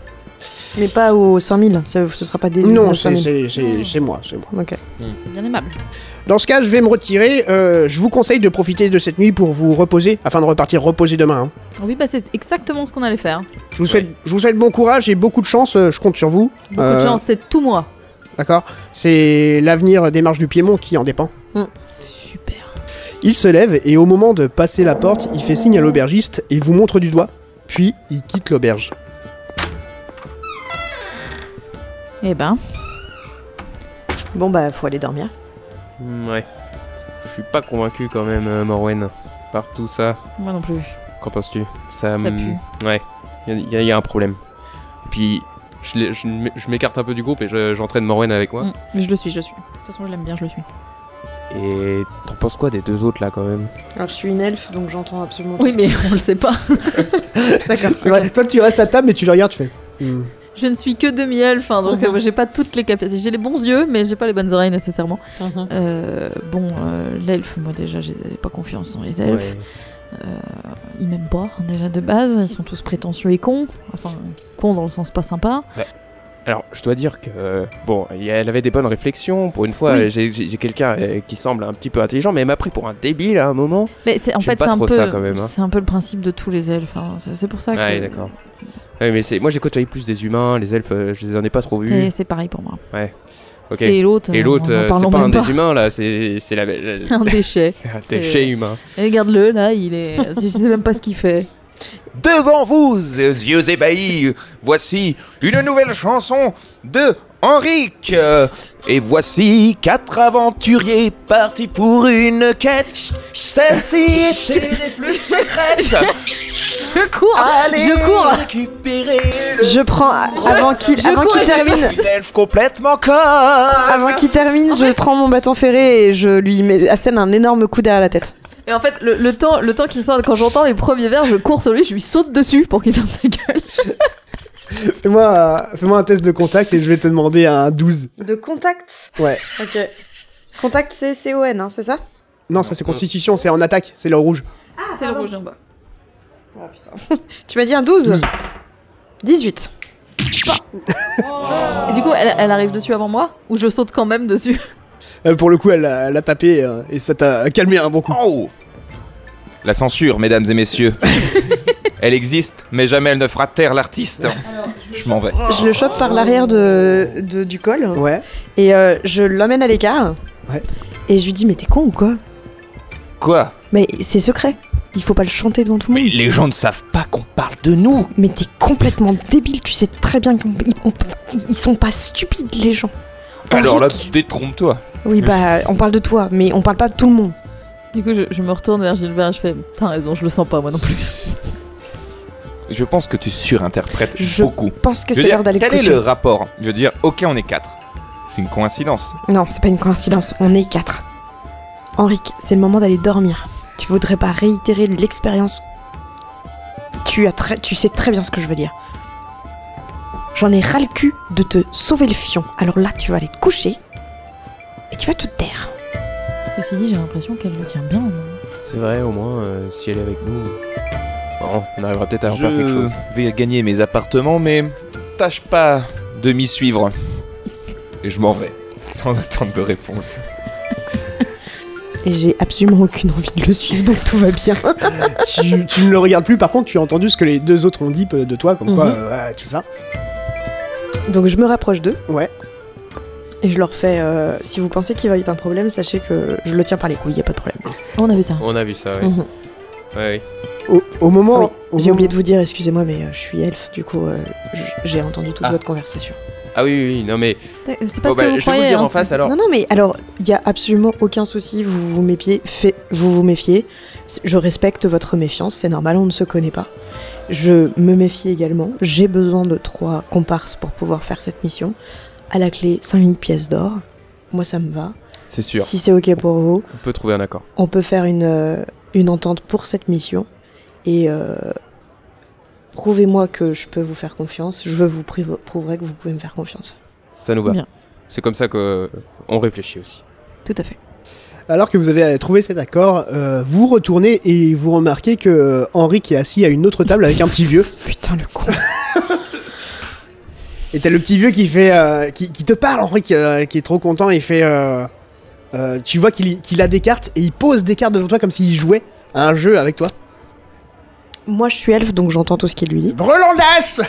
G: Mais pas aux 5000. Ce, ce sera pas des.
A: Non,
G: aux
A: c'est
G: 5000.
A: c'est- c'est- c'est moi, c'est moi.
G: Ok.
D: C'est bien aimable.
A: Dans ce cas, je vais me retirer. euh, je vous conseille de profiter de cette nuit pour vous reposer, afin de repartir reposer demain. hein.
D: Oui, bah c'est exactement ce qu'on allait faire.
A: Je, vous souhaite, je vous souhaite bon courage et beaucoup de chance, euh, je compte sur vous.
D: Beaucoup
A: Euh,
D: de gens, c'est tout moi.
A: D'accord C'est l'avenir des marches du Piémont qui en dépend.
D: Super.
A: Il se lève et au moment de passer la porte, il fait signe à l'aubergiste et vous montre du doigt. Puis il quitte l'auberge.
D: Eh ben,
G: Bon bah faut aller dormir.
E: Hmm, Ouais. Je suis pas convaincu quand même, euh, Morwen, par tout ça.
D: moi non plus.
E: Qu'en penses-tu Ça,
D: Ça
E: hmm,
D: pue.
E: Ouais, il y, a- y a un problème. Et puis, je, l'ai- je m'é- je m'écarte un peu du groupe et je- j'entraîne Morwen avec moi.
D: Mm, mais Je le suis, je le suis. De toute façon, je l'aime bien, je le suis.
E: Et t'en penses quoi des deux autres là quand même
I: Alors, je suis une elfe, donc j'entends absolument
D: Oui,
I: tout
D: mais [laughs] on le sait pas.
I: D'accord.
A: [laughs] C'est vrai. Toi, tu restes à table, mais tu le regardes, tu fais. Hmm.
D: Je ne suis que demi-elfe, hein, donc euh, j'ai pas toutes les capacités. J'ai les bons yeux, mais j'ai pas les bonnes oreilles nécessairement.
I: Mhm.
D: Euh, bon, euh, l'elfe, moi déjà, j'ai j'ai pas confiance en les elfes. Ils m'aiment pas, hein, déjà de base. Ils sont tous prétentieux et cons. Enfin, cons dans le sens pas sympa.
E: Alors, je dois dire que, euh, bon, il- elle avait des bonnes réflexions. Pour une fois,
D: Oui.
E: euh, j'ai- j'ai j'ai quelqu'un euh, qui semble un petit peu intelligent, mais elle m'a pris pour un débile à un moment.
D: Mais c'est en
E: J'aime
D: fait,
E: pas
D: c'est un,
E: trop
D: peu-
E: ça, quand même, hein.
D: c'est un peu le principe de tous les elfes. hein. C'est c'est pour ça que.
E: Ouais, d'accord. Ouais, mais c'est moi, j'ai côtoyé plus des humains, les elfes, euh, je les en ai pas trop vus.
D: Et c'est pareil pour moi.
E: Ok.
D: Et l'autre,
E: Et
D: euh,
E: l'autre,
D: on en
E: euh,
D: parlons
E: c'est pas un
D: même
E: des humains là, c'est c'est la.
D: [laughs]
E: la-
D: C'est un déchet.
E: [laughs] C'est un
D: C'est-
E: déchet humain.
D: Et Regarde-le, là, il est. [laughs] Je sais même pas ce qu'il fait.
B: Devant vous, yeux ébahis, voici une nouvelle chanson de Henrik. Euh, Et voici quatre aventuriers partis pour une quête. Chut, chut, Celle-ci était les plus
D: [laughs]
B: secrètes.
D: Je cours
B: Allez
D: Ah, Je cours
B: récupérer le
G: [laughs] Je prends avant qu'il
D: Je
G: avant
D: cours
G: qu'il
D: et je
G: termine.
B: une elfe complètement corps.
G: Avant qu'il termine, je prends mon bâton ferré et je lui mets, assène un énorme coup derrière la tête.
D: Et en fait, le, le temps, le temps qu'il sort, quand j'entends les premiers vers, je cours sur lui, je lui saute dessus pour qu'il ferme sa gueule.
A: Fais-moi euh, fais-moi un test de contact et je vais te demander un 12.
I: De contact
A: Ouais.
I: Ok. Contact, c'est C-O-N, hein, c'est ça
A: Non, ça c'est constitution, c'est en attaque, c'est le rouge.
D: C'est le rouge en bas. Ah,
I: Oh putain.
G: [laughs] Tu m'as dit un 12 18.
D: Et du coup, elle, elle arrive dessus avant moi Ou je saute quand même dessus [laughs]
A: Euh, pour le coup, elle l'a elle l'a tapé euh, et ça t'a calmé un bon coup.
B: Oh La censure, mesdames et messieurs. elle existe, mais jamais elle ne fera taire l'artiste. Je m'en vais.
G: Je le chope par l'arrière de, de- du col
A: Ouais.
G: et euh, je l'emmène à l'écart.
A: Ouais.
G: Et je lui dis mais t'es con ou quoi
B: Quoi
G: Mais c'est secret. Il faut pas le chanter devant tout le
B: Mais
G: monde.
B: les gens ne savent pas qu'on parle de nous.
G: Mais t'es complètement débile. Tu sais très bien qu'ils on- ils sont pas stupides les gens.
B: Alors là,
G: Henrik,
B: détrompe-toi.
G: Oui bah on parle de toi, mais on parle pas de tout le monde.
D: Du coup, je, je me retourne vers Gilbert et je fais T'as raison, je le sens pas moi non plus.
B: Je pense que tu surinterprètes
G: Je-
B: beaucoup.
G: Pense
B: Je
G: que c'est
B: veux dire,
G: l'heure d'aller
B: quel est
G: coucher.
B: le rapport Je veux dire, ok, on est quatre. C'est une coïncidence.
G: Non, c'est pas une coïncidence, on est quatre. Henrik, c'est le moment d'aller dormir. Tu voudrais pas réitérer l'expérience tu, as très- tu sais très bien ce que je veux dire. J'en ai ras le cul de te sauver le fion. Alors là, tu vas aller te coucher et tu vas te taire.
D: Ceci dit, j'ai l'impression qu'elle le tient bien.
E: C'est vrai, au moins, euh, si elle est avec nous, bon, on arrivera peut-être à en
B: je
E: faire quelque chose.
B: vais gagner mes appartements, mais tâche pas de m'y suivre. Et je m'en vais, [laughs] sans attendre de réponse.
G: Et j'ai absolument aucune envie de le suivre, donc tout va bien.
A: tu, tu ne le regardes plus, par contre, tu as entendu ce que les deux autres ont dit euh, de toi, comme quoi,
G: Mhm.
A: euh, ouais, tout ça.
G: [laughs] Donc je me rapproche d'eux.
A: Ouais.
G: Et je leur fais euh, si vous pensez qu'il va y avoir un problème, sachez que je le tiens par les couilles, y a pas de problème.
D: Ah, On a vu ça.
E: On a vu ça, oui.
G: Mhm.
E: Ouais,
A: Au, au moment.
G: Oui,
A: au
G: J'ai
A: moment-
G: oublié de vous dire, excusez-moi, mais euh, je suis elfe, du coup, euh, j- j'ai entendu toute
E: Ah.
G: votre conversation.
E: oui. Ah oui, oui, oui, non mais.
D: C'est pas
E: Bon,
D: ce que vous
E: bah, je vais vous le
D: croyez.
E: dire
D: hein,
E: en face
D: c'est-
E: alors.
G: Non, non, mais alors, il n'y a absolument aucun souci, vous vous méfiez, fait- vous vous méfiez. C- Je respecte votre méfiance, c'est normal, on ne se connaît pas. Je me méfie également, j'ai besoin de trois comparses pour pouvoir faire cette mission. À la clé, 5000 pièces d'or. Moi, ça me va.
E: C'est sûr,
G: Si c'est OK pour vous,
E: on peut trouver un accord.
G: on peut faire une, euh, une entente pour cette mission. Et euh, prouvez-moi que je peux vous faire confiance. Je vous privo- prouverai que vous pouvez me faire confiance.
E: Ça nous va.
D: Bien.
E: C'est comme ça que euh, on réfléchit aussi.
D: Tout à fait.
A: Alors que vous avez euh, trouvé cet accord, euh, vous retournez et vous remarquez que euh, Henri qui est assis à une autre table avec un petit vieux.
G: Putain, le con.
A: Et t'as le petit vieux qui fait, euh, qui, qui te parle, Henri, qui, euh, qui est trop content. Il fait, euh, euh, tu vois qu'il qu'il a des cartes et il pose des cartes devant toi comme s'il jouait à un jeu avec toi.
G: Moi, je suis elfe, donc j'entends tout ce qu'il lui dit.
A: Brelandas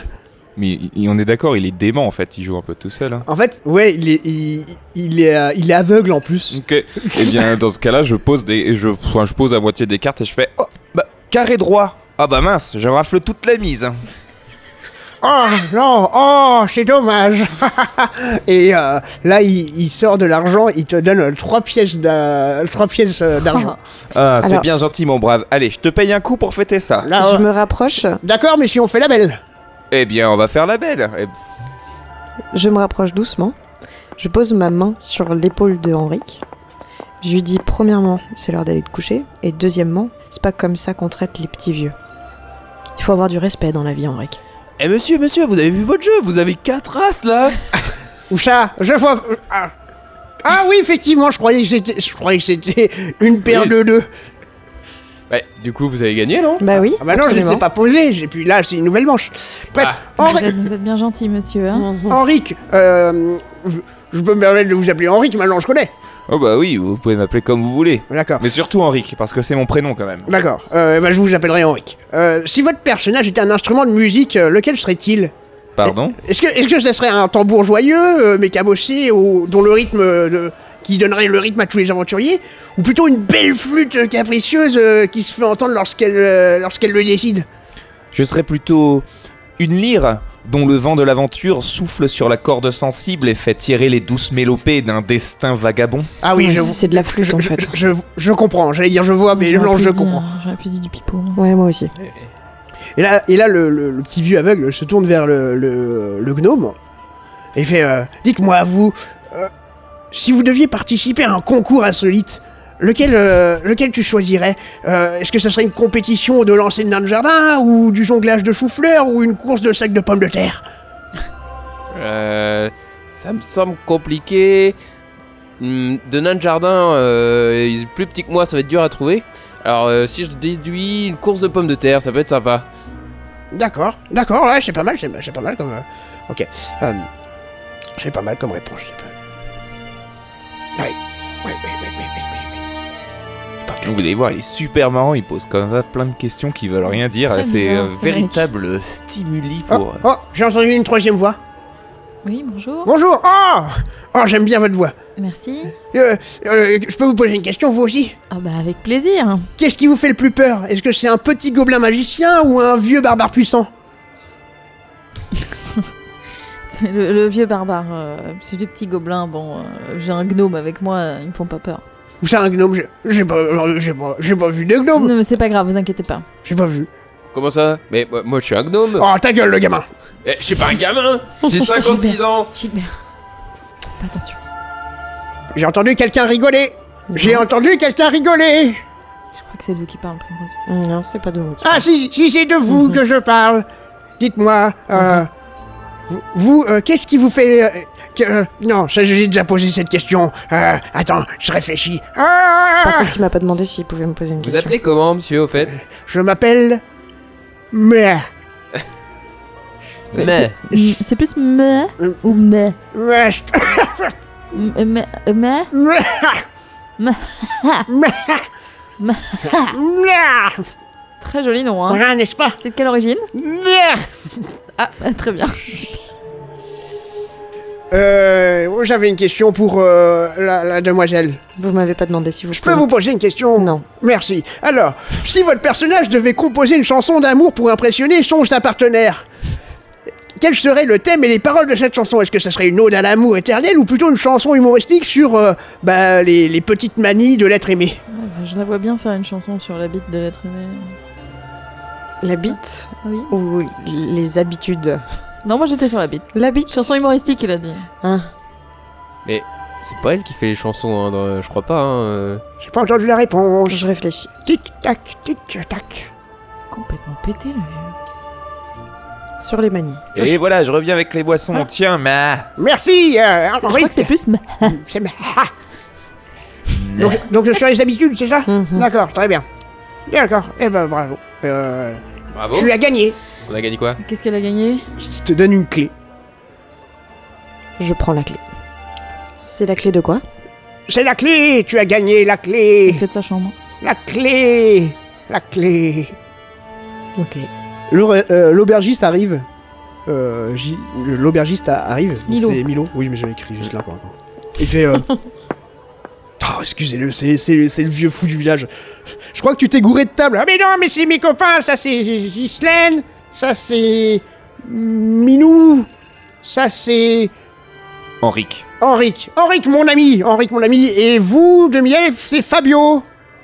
B: Mais il- il- on est d'accord, il est dément en fait, il joue un peu tout seul. hein.
A: En fait, ouais, il est, il, il est, euh, il est aveugle en plus.
B: Ok. Eh bien, dans ce cas-là, je pose des, je, enfin, je pose à moitié des cartes et je fais, oh, bah, carré droit. Ah bah mince, je rafle toute la mise.
A: Oh non, oh, c'est dommage. [laughs] et euh, là, il, il sort de l'argent, il te donne euh, trois pièces d'a- trois pièces euh, d'argent.
B: Ah, c'est
G: Alors-
B: bien gentil, mon brave. Allez, je te paye un coup pour fêter ça.
A: [laughs] Là, euh,
G: Je me rapproche,
A: D'accord, mais si on fait la belle.
B: Eh bien, on va faire la belle. Eh,
G: je me rapproche doucement. Je pose ma main sur l'épaule de Henrik Je lui dis premièrement, c'est l'heure d'aller te coucher, et deuxièmement, c'est pas comme ça qu'on traite les petits vieux. Il faut avoir du respect dans la vie, Henrik.
E: Eh monsieur, monsieur, vous avez vu votre jeu Vous avez quatre races [laughs] là
A: Oucha, je vois. Ah, Ah oui, effectivement, je croyais que c'était, je croyais que c'était une paire
E: Oui.
A: de deux.
E: Ouais, du coup, vous avez gagné, non
G: Bah oui.
A: Ah bah non, je ne les ai
G: absolument.
A: pas posées. J'ai puis là, c'est une nouvelle manche. Bref,
D: Vous
E: Oh,
A: Henri-
D: êtes, vous êtes bien gentil, monsieur. Hein
A: Henrik, euh, je, je peux me permettre de vous appeler Henrik. Maintenant, je connais.
B: Oh bah oui, vous pouvez m'appeler comme vous voulez.
A: D'accord.
B: Mais surtout Henrik, parce que c'est mon prénom quand même.
A: D'accord. Euh, bah, je vous appellerai Henrik. Euh, si votre personnage était un instrument de musique, euh, lequel serait-il
B: Pardon
A: Est-ce que, est-ce que ce serait un tambour joyeux, euh, mais cabossé, ou dont le rythme euh, de- qui donnerait le rythme à tous les aventuriers, ou plutôt une belle flûte euh, capricieuse euh, qui se fait entendre lorsqu'elle euh, lorsqu'elle le décide
B: Je serais plutôt une lyre dont le vent de l'aventure souffle sur la corde sensible et fait tirer les douces mélopées d'un destin vagabond.
A: Ah oui,
G: Ouais,
A: je,
G: c'est de la flûte
A: je,
G: en
A: je-
G: fait.
A: je, je comprends. J'allais dire je
E: Oh,
A: vois, mais
D: J'aurais
A: non,
D: pu
A: je
D: se dire- euh,
A: comprends.
D: J'aurais plus dit du pipeau.
G: Ouais, moi aussi.
A: Et là, et là le, le- le petit vieux aveugle se tourne vers le, le- le gnome et fait euh, Dites-moi, à vous, euh, si vous deviez participer à un concours insolite, lequel, euh, lequel tu choisirais Euh, Est-ce que ce serait une compétition de lancer de nain de jardin, ou du jonglage de chou-fleur, ou une course de sacs de pommes de terre
E: Euh, ça me semble compliqué. Hmm, de nain de jardin, euh, il est plus petit que moi, ça va être dur à trouver. Alors, euh, si je déduis une course de pommes de terre, ça peut être sympa.
A: D'accord, d'accord, ouais, c'est pas mal, c'est c'est pas mal comme. euh, ok. Euh, c'est pas mal comme réponse. Oui, oui, oui, oui, oui, oui, oui.
B: Vous allez voir, il est super marrant, il pose comme ça plein de questions qui veulent rien dire.
D: Très
B: C'est Ah,
D: bizarre,
B: un
D: ce mec.
B: véritable stimuli
A: Oh,
B: pour...
A: oh, j'ai entendu une troisième voix.
D: Oui, bonjour.
A: Bonjour Oh Oh, j'aime bien votre voix.
D: Merci.
A: Euh, euh, je peux vous poser une question, vous aussi
D: Ah bah avec plaisir.
A: Qu'est-ce qui vous fait le plus peur Est-ce que c'est un petit gobelin magicien ou un vieux barbare puissant
D: C'est le, le vieux barbare. euh, c'est des petits gobelins. Bon, euh, j'ai un gnome avec moi. euh, Ils me font pas peur.
A: Ou c'est un gnome je- J'ai pas, euh, j'ai pas, j'ai pas vu de gnome.
D: Non, mais c'est pas grave. Vous inquiétez pas.
A: J'ai pas vu.
E: Comment ça Mais moi, moi, je suis un gnome.
A: Oh, ta gueule, le gamin
E: Eh, je suis pas un gamin J'ai 56 ans
D: Gilbert. Pas attention.
A: J'ai entendu quelqu'un rigoler J'ai entendu quelqu'un rigoler
D: Je crois que c'est de vous qui parle, Primrose.
G: Non, c'est pas de moi. qui-
A: Ah, si, si, c'est de vous
G: Mhm.
A: que je parle Dites-moi, euh, vous- Vous, euh, qu'est-ce qui vous fait... euh, que- euh, non, ça, j'ai déjà posé cette question. Euh, attends, je réfléchis. Ah
G: Par contre, il m'a pas demandé s'il pouvait me poser une
E: Vous
G: question.
E: appelez comment, monsieur, au fait
A: Je m'appelle. Mais.
E: Mais.
D: Mm, C'est plus me
A: Mm.
D: ou mais.
A: Rest.
D: Mm, Mais. mais-
A: Mais.
D: Mais.
A: Mais.
D: Mais. Très joli nom, hein.
A: Voilà, n'est-ce pas
D: C'est de quelle origine
A: Mais.
D: Ah, [laughs] très bien. Super.
A: Euh. J'avais une question pour euh, la, la demoiselle.
G: Vous m'avez pas demandé si vous.
A: Je peux vous poser une question
G: Non.
A: Merci. Alors, si votre personnage devait composer une chanson d'amour pour impressionner son ou sa partenaire, quel serait le thème et les paroles de cette chanson Est-ce que ce serait une ode à l'amour éternel ou plutôt une chanson humoristique sur euh, bah, les, les petites manies de l'être aimé
D: Ouais, bah, je la vois bien faire une chanson sur la bite de l'être aimé.
G: La bite
D: Ah Oui.
G: ou les habitudes
D: Non, moi j'étais sur la bite.
G: La bite.
D: Chanson humoristique, il a dit.
G: Hein
E: C'est pas elle qui fait les chansons, hein, dans- je crois pas. hein, euh.
A: J'ai pas entendu la réponse.
G: Je réfléchis.
A: Tic-tac, tic-tac.
D: Complètement pété, le vieux.
G: Sur les manies.
B: Et voilà, je Ah. reviens avec les boissons. Tiens, mais...
A: Merci, euh,
D: Je crois que c'est plus me.
A: C'est ma- Ah. donc, je- donc je suis à les habitudes, c'est ça
G: Mhm.
A: D'accord, très bien. D'accord, eh ben bravo. Euh,
E: Bravo
A: Tu as gagné.
E: On a gagné quoi
D: Qu'est-ce qu'elle a gagné
A: Je te donne une clé.
G: Je prends la clé. C'est la clé de quoi
A: C'est la clé, tu as gagné la clé.
D: Elle fait de sa chambre.
A: La clé. La clé.
G: Ok.
J: L'or- euh, L'aubergiste arrive. Euh, J- L'aubergiste a- arrive. Donc
D: Milo.
J: C'est Milo. Oui, mais j'avais écrit juste là. Quoi, encore. Il fait.
D: [laughs]
J: euh, Oh, excusez-le, c'est c'est- c'est le vieux fou du village. Je crois que tu t'es gouré de table.
A: Ah mais non, mais c'est mes copains, ça c'est Ghislaine, ça c'est Minou, ça c'est
B: Henrik.
A: Henrik. Henrik mon ami, Henrik mon ami. Et vous, demi-elfe, c'est Fabio.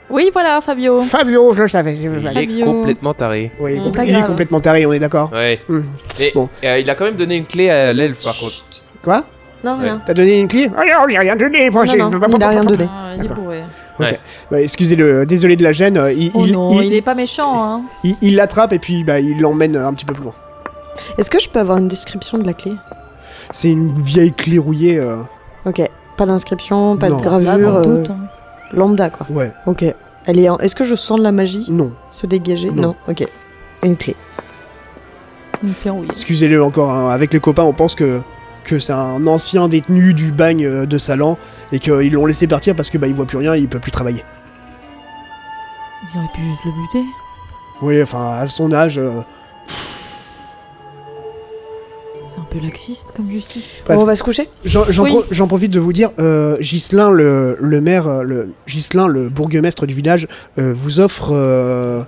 D: Oui, voilà, Fabio.
A: Fabio, je le savais. je le
E: Il
A: savais.
E: est
D: Fabio.
E: complètement taré.
A: Ouais, il est
D: C'est pas
A: compl- il est
D: grave.
K: Mm.
A: complètement taré, on est d'accord.
E: Ouais.
A: Hmm.
E: Et,
A: Bon.
E: euh, il a quand même donné une clé à l'elfe, par contre.
A: Quoi
I: Non, rien.
A: T'as donné une clé
K: Ah non, j'ai rien donné. moi,
I: Non,
K: j'ai-
I: non,
K: Bah,
I: il a rien
K: bah, bah,
I: donné.
D: Ah, il est
A: D'accord.
D: bourré.
A: Bah, Excusez-le, euh, désolé de la gêne. euh, Il,
D: Oh
A: il-
D: non,
A: il-
D: il est pas méchant, hein.
A: il- il l'attrape et puis bah, il l'emmène euh, un petit peu plus loin.
G: Est-ce que je peux avoir une description de la clé
A: C'est une vieille clé rouillée. euh,
G: Ok. Pas d'inscription, pas
A: Non.
G: de
D: Là,
G: gravure.
D: dans le
G: euh,
D: doute. hein.
G: Lambda, quoi.
A: Ouais,
G: Ok. Elle est en... Est-ce que je sens de la magie
A: non.
G: se dégager
A: Non.
G: Ok. Une clé.
D: Une clé enrouillée.
A: Excusez-le encore, hein, avec les copains, on pense que, que c'est un ancien détenu du bagne euh, de Salan et qu'ils l'ont laissé partir parce que bah, il voit plus rien et il peut plus travailler.
D: Il aurait pu juste le buter.
A: Oui, enfin, à son âge. euh,
D: C'est un peu laxiste comme justice.
A: Bref.
G: Bon, on va se coucher
A: J'en j'en
D: Oui.
A: pro- j'en profite de vous dire, euh, Ghislain, le, le maire, euh, le, Ghislain, le bourgmestre du village, euh, vous offre euh,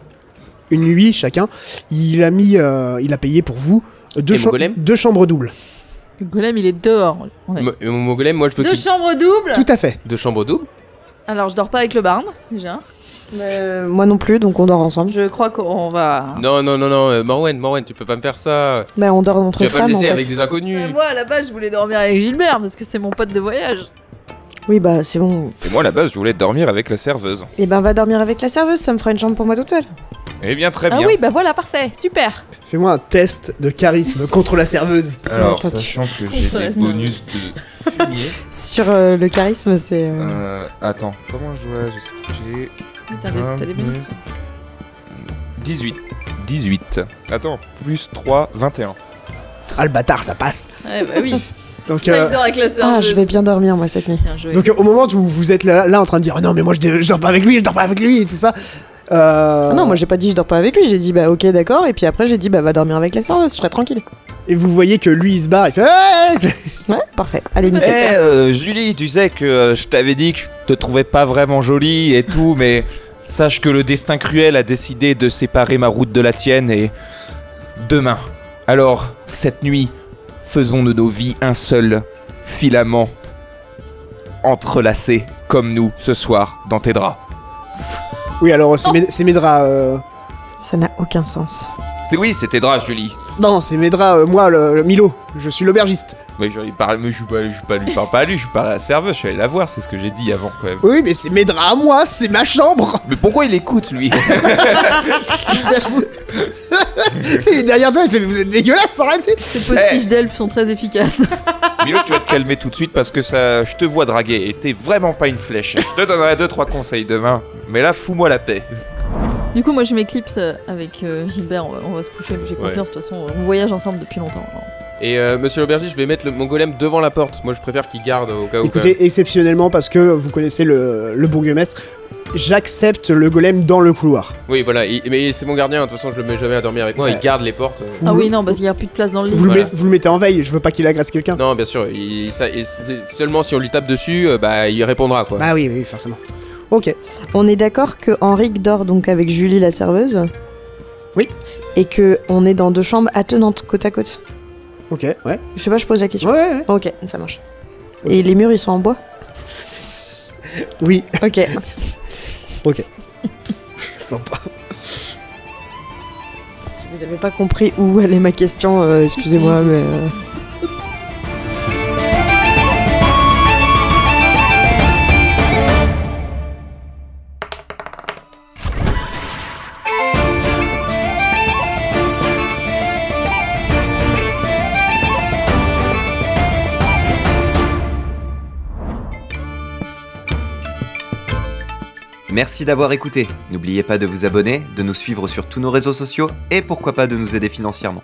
A: une nuit chacun. Il a mis, euh, il a payé pour vous euh, deux,
E: Et mon golem
A: deux chambres doubles.
D: Le golem, il est dehors. On a-
E: Mo- euh, Mon golem, moi je veux
C: Deux
E: qu'il.
C: chambres
G: Ah.
C: doubles
A: Tout à fait.
E: De chambre double
D: Alors, je dors pas avec le barn, déjà.
G: Euh, Moi non plus, donc on dort ensemble.
D: Je crois qu'on va.
E: Non, non, non, non, euh, Morwen, Morwen, tu peux pas me faire ça.
G: Bah, on dort entre
E: Tu vas pas me
G: femmes, en
E: laisser
G: fait.
E: avec des inconnus.
D: Mais
C: Euh,
D: moi, à la base, je voulais dormir avec Gilbert parce que c'est mon pote de voyage.
G: Oui, bah, c'est bon.
B: Et moi, à la base, je voulais dormir avec la serveuse.
G: Et ben, va dormir avec la serveuse, ça me fera une chambre pour moi toute seule.
B: Eh bien, très
D: Ah
B: bien.
D: oui, bah voilà, parfait, super.
A: Fais-moi un test de charisme contre la serveuse.
B: Alors,
G: Attends, tu-
B: sachant que j'ai des
D: Ouais.
B: bonus [laughs] de fumier.
G: Sur euh, le charisme, c'est. euh,
B: Euh, attends, comment je dois. Je sais que j'ai.
D: T'as des, t'as des bénéfices.
B: 18. 18. Attends, plus 3, 21.
A: Ah le bâtard, ça passe.
D: Ouais, bah oui.
A: Donc,
C: Pas
A: euh,
C: une dehors avec la sœur.
G: Ah, je vais bien dormir, moi, cette nuit.
D: Bien joué.
A: donc euh, au moment où vous êtes là, là en train de dire Oh non mais moi je, dé- je dors pas avec lui, je dors pas avec lui et tout ça. euh,
G: Ah Non, moi, j'ai pas dit je dors pas avec lui, j'ai dit bah, ok, d'accord. Et puis après, j'ai dit bah, va dormir avec la serveuse, je serai tranquille.
A: Et vous voyez que lui il se barre, il fait Ah
G: Ouais, parfait. Allez,
B: Eh,
G: nickel.
B: euh, Julie, tu sais que euh, je t'avais dit que je te trouvais pas vraiment jolie et tout, mais sache que le destin cruel a décidé de séparer ma route de la tienne et. Demain. Alors, cette nuit, faisons de nos vies un seul filament entrelacé comme nous ce soir dans tes draps.
A: Oui alors c'est mes, c'est mes draps. euh,
G: Ça n'a aucun sens.
B: C'est oui, c'est tes draps, Julie.
A: Non, c'est mes draps, euh, moi le, le Milo, je suis l'aubergiste.
B: Mais je lui parle, mais je suis pas, je suis pas, lui parle pas à lui, je parle à la serveuse, je suis allé la voir, c'est ce que j'ai dit avant quand même.
A: Oui, mais c'est mes draps à moi, c'est ma
E: [laughs]
A: chambre [laughs]
B: Mais pourquoi il écoute lui
D: Ah,
A: C'est il est derrière toi, il fait, mais vous êtes dégueulasse, arrêtez
D: Ces postiches d'elfes sont très efficaces.
B: Milo, tu vas te calmer tout de suite parce que ça, je te vois draguer et t'es vraiment pas une flèche. Je te donnerai deux trois conseils demain, mais là fous-moi la paix.
D: Du coup, moi, je m'éclipse euh, avec euh, Gilbert. On va, on va se coucher. J'ai
E: Ouais.
D: confiance. De toute façon, on voyage ensemble depuis longtemps. alors.
E: Et euh, monsieur l'aubergiste, je vais mettre le- mon golem devant la porte. Moi je préfère qu'il garde au cas où. quand même.
A: Écoutez, exceptionnellement, parce que vous connaissez le, le bourgmestre, j'accepte le golem dans le couloir.
E: Oui, voilà, il- mais c'est mon gardien, de toute façon je le mets jamais à dormir avec moi,
A: Ouais.
E: il garde les portes. euh.
D: Ah
A: Vous-
D: oui, non, parce qu'il n'y a plus de place dans le lit.
A: Vous, le
E: Voilà.
A: met- vous le mettez en veille, je veux pas qu'il agresse quelqu'un.
E: Non, bien sûr, il, ça, et c'est- seulement si on lui tape dessus, euh, bah il répondra quoi.
A: Bah oui, oui, forcément. Ok,
G: On est d'accord que Henrique dort donc avec Julie la serveuse
A: Oui.
G: Et que on est dans deux chambres attenantes côte à côte.
A: ok, ouais. Ouais,
G: Je sais pas, je pose la question.
A: ouais, ouais.
G: Ok, ça marche. Et les murs ils sont en bois
A: [laughs] Oui,
G: [laughs] Ok.
A: sympa.
G: si vous avez pas compris où allait ma question, euh, [laughs] excusez-moi, mais. euh,
L: Merci d'avoir écouté. N'oubliez pas de vous abonner, de nous suivre sur tous nos réseaux sociaux et pourquoi pas de nous aider financièrement.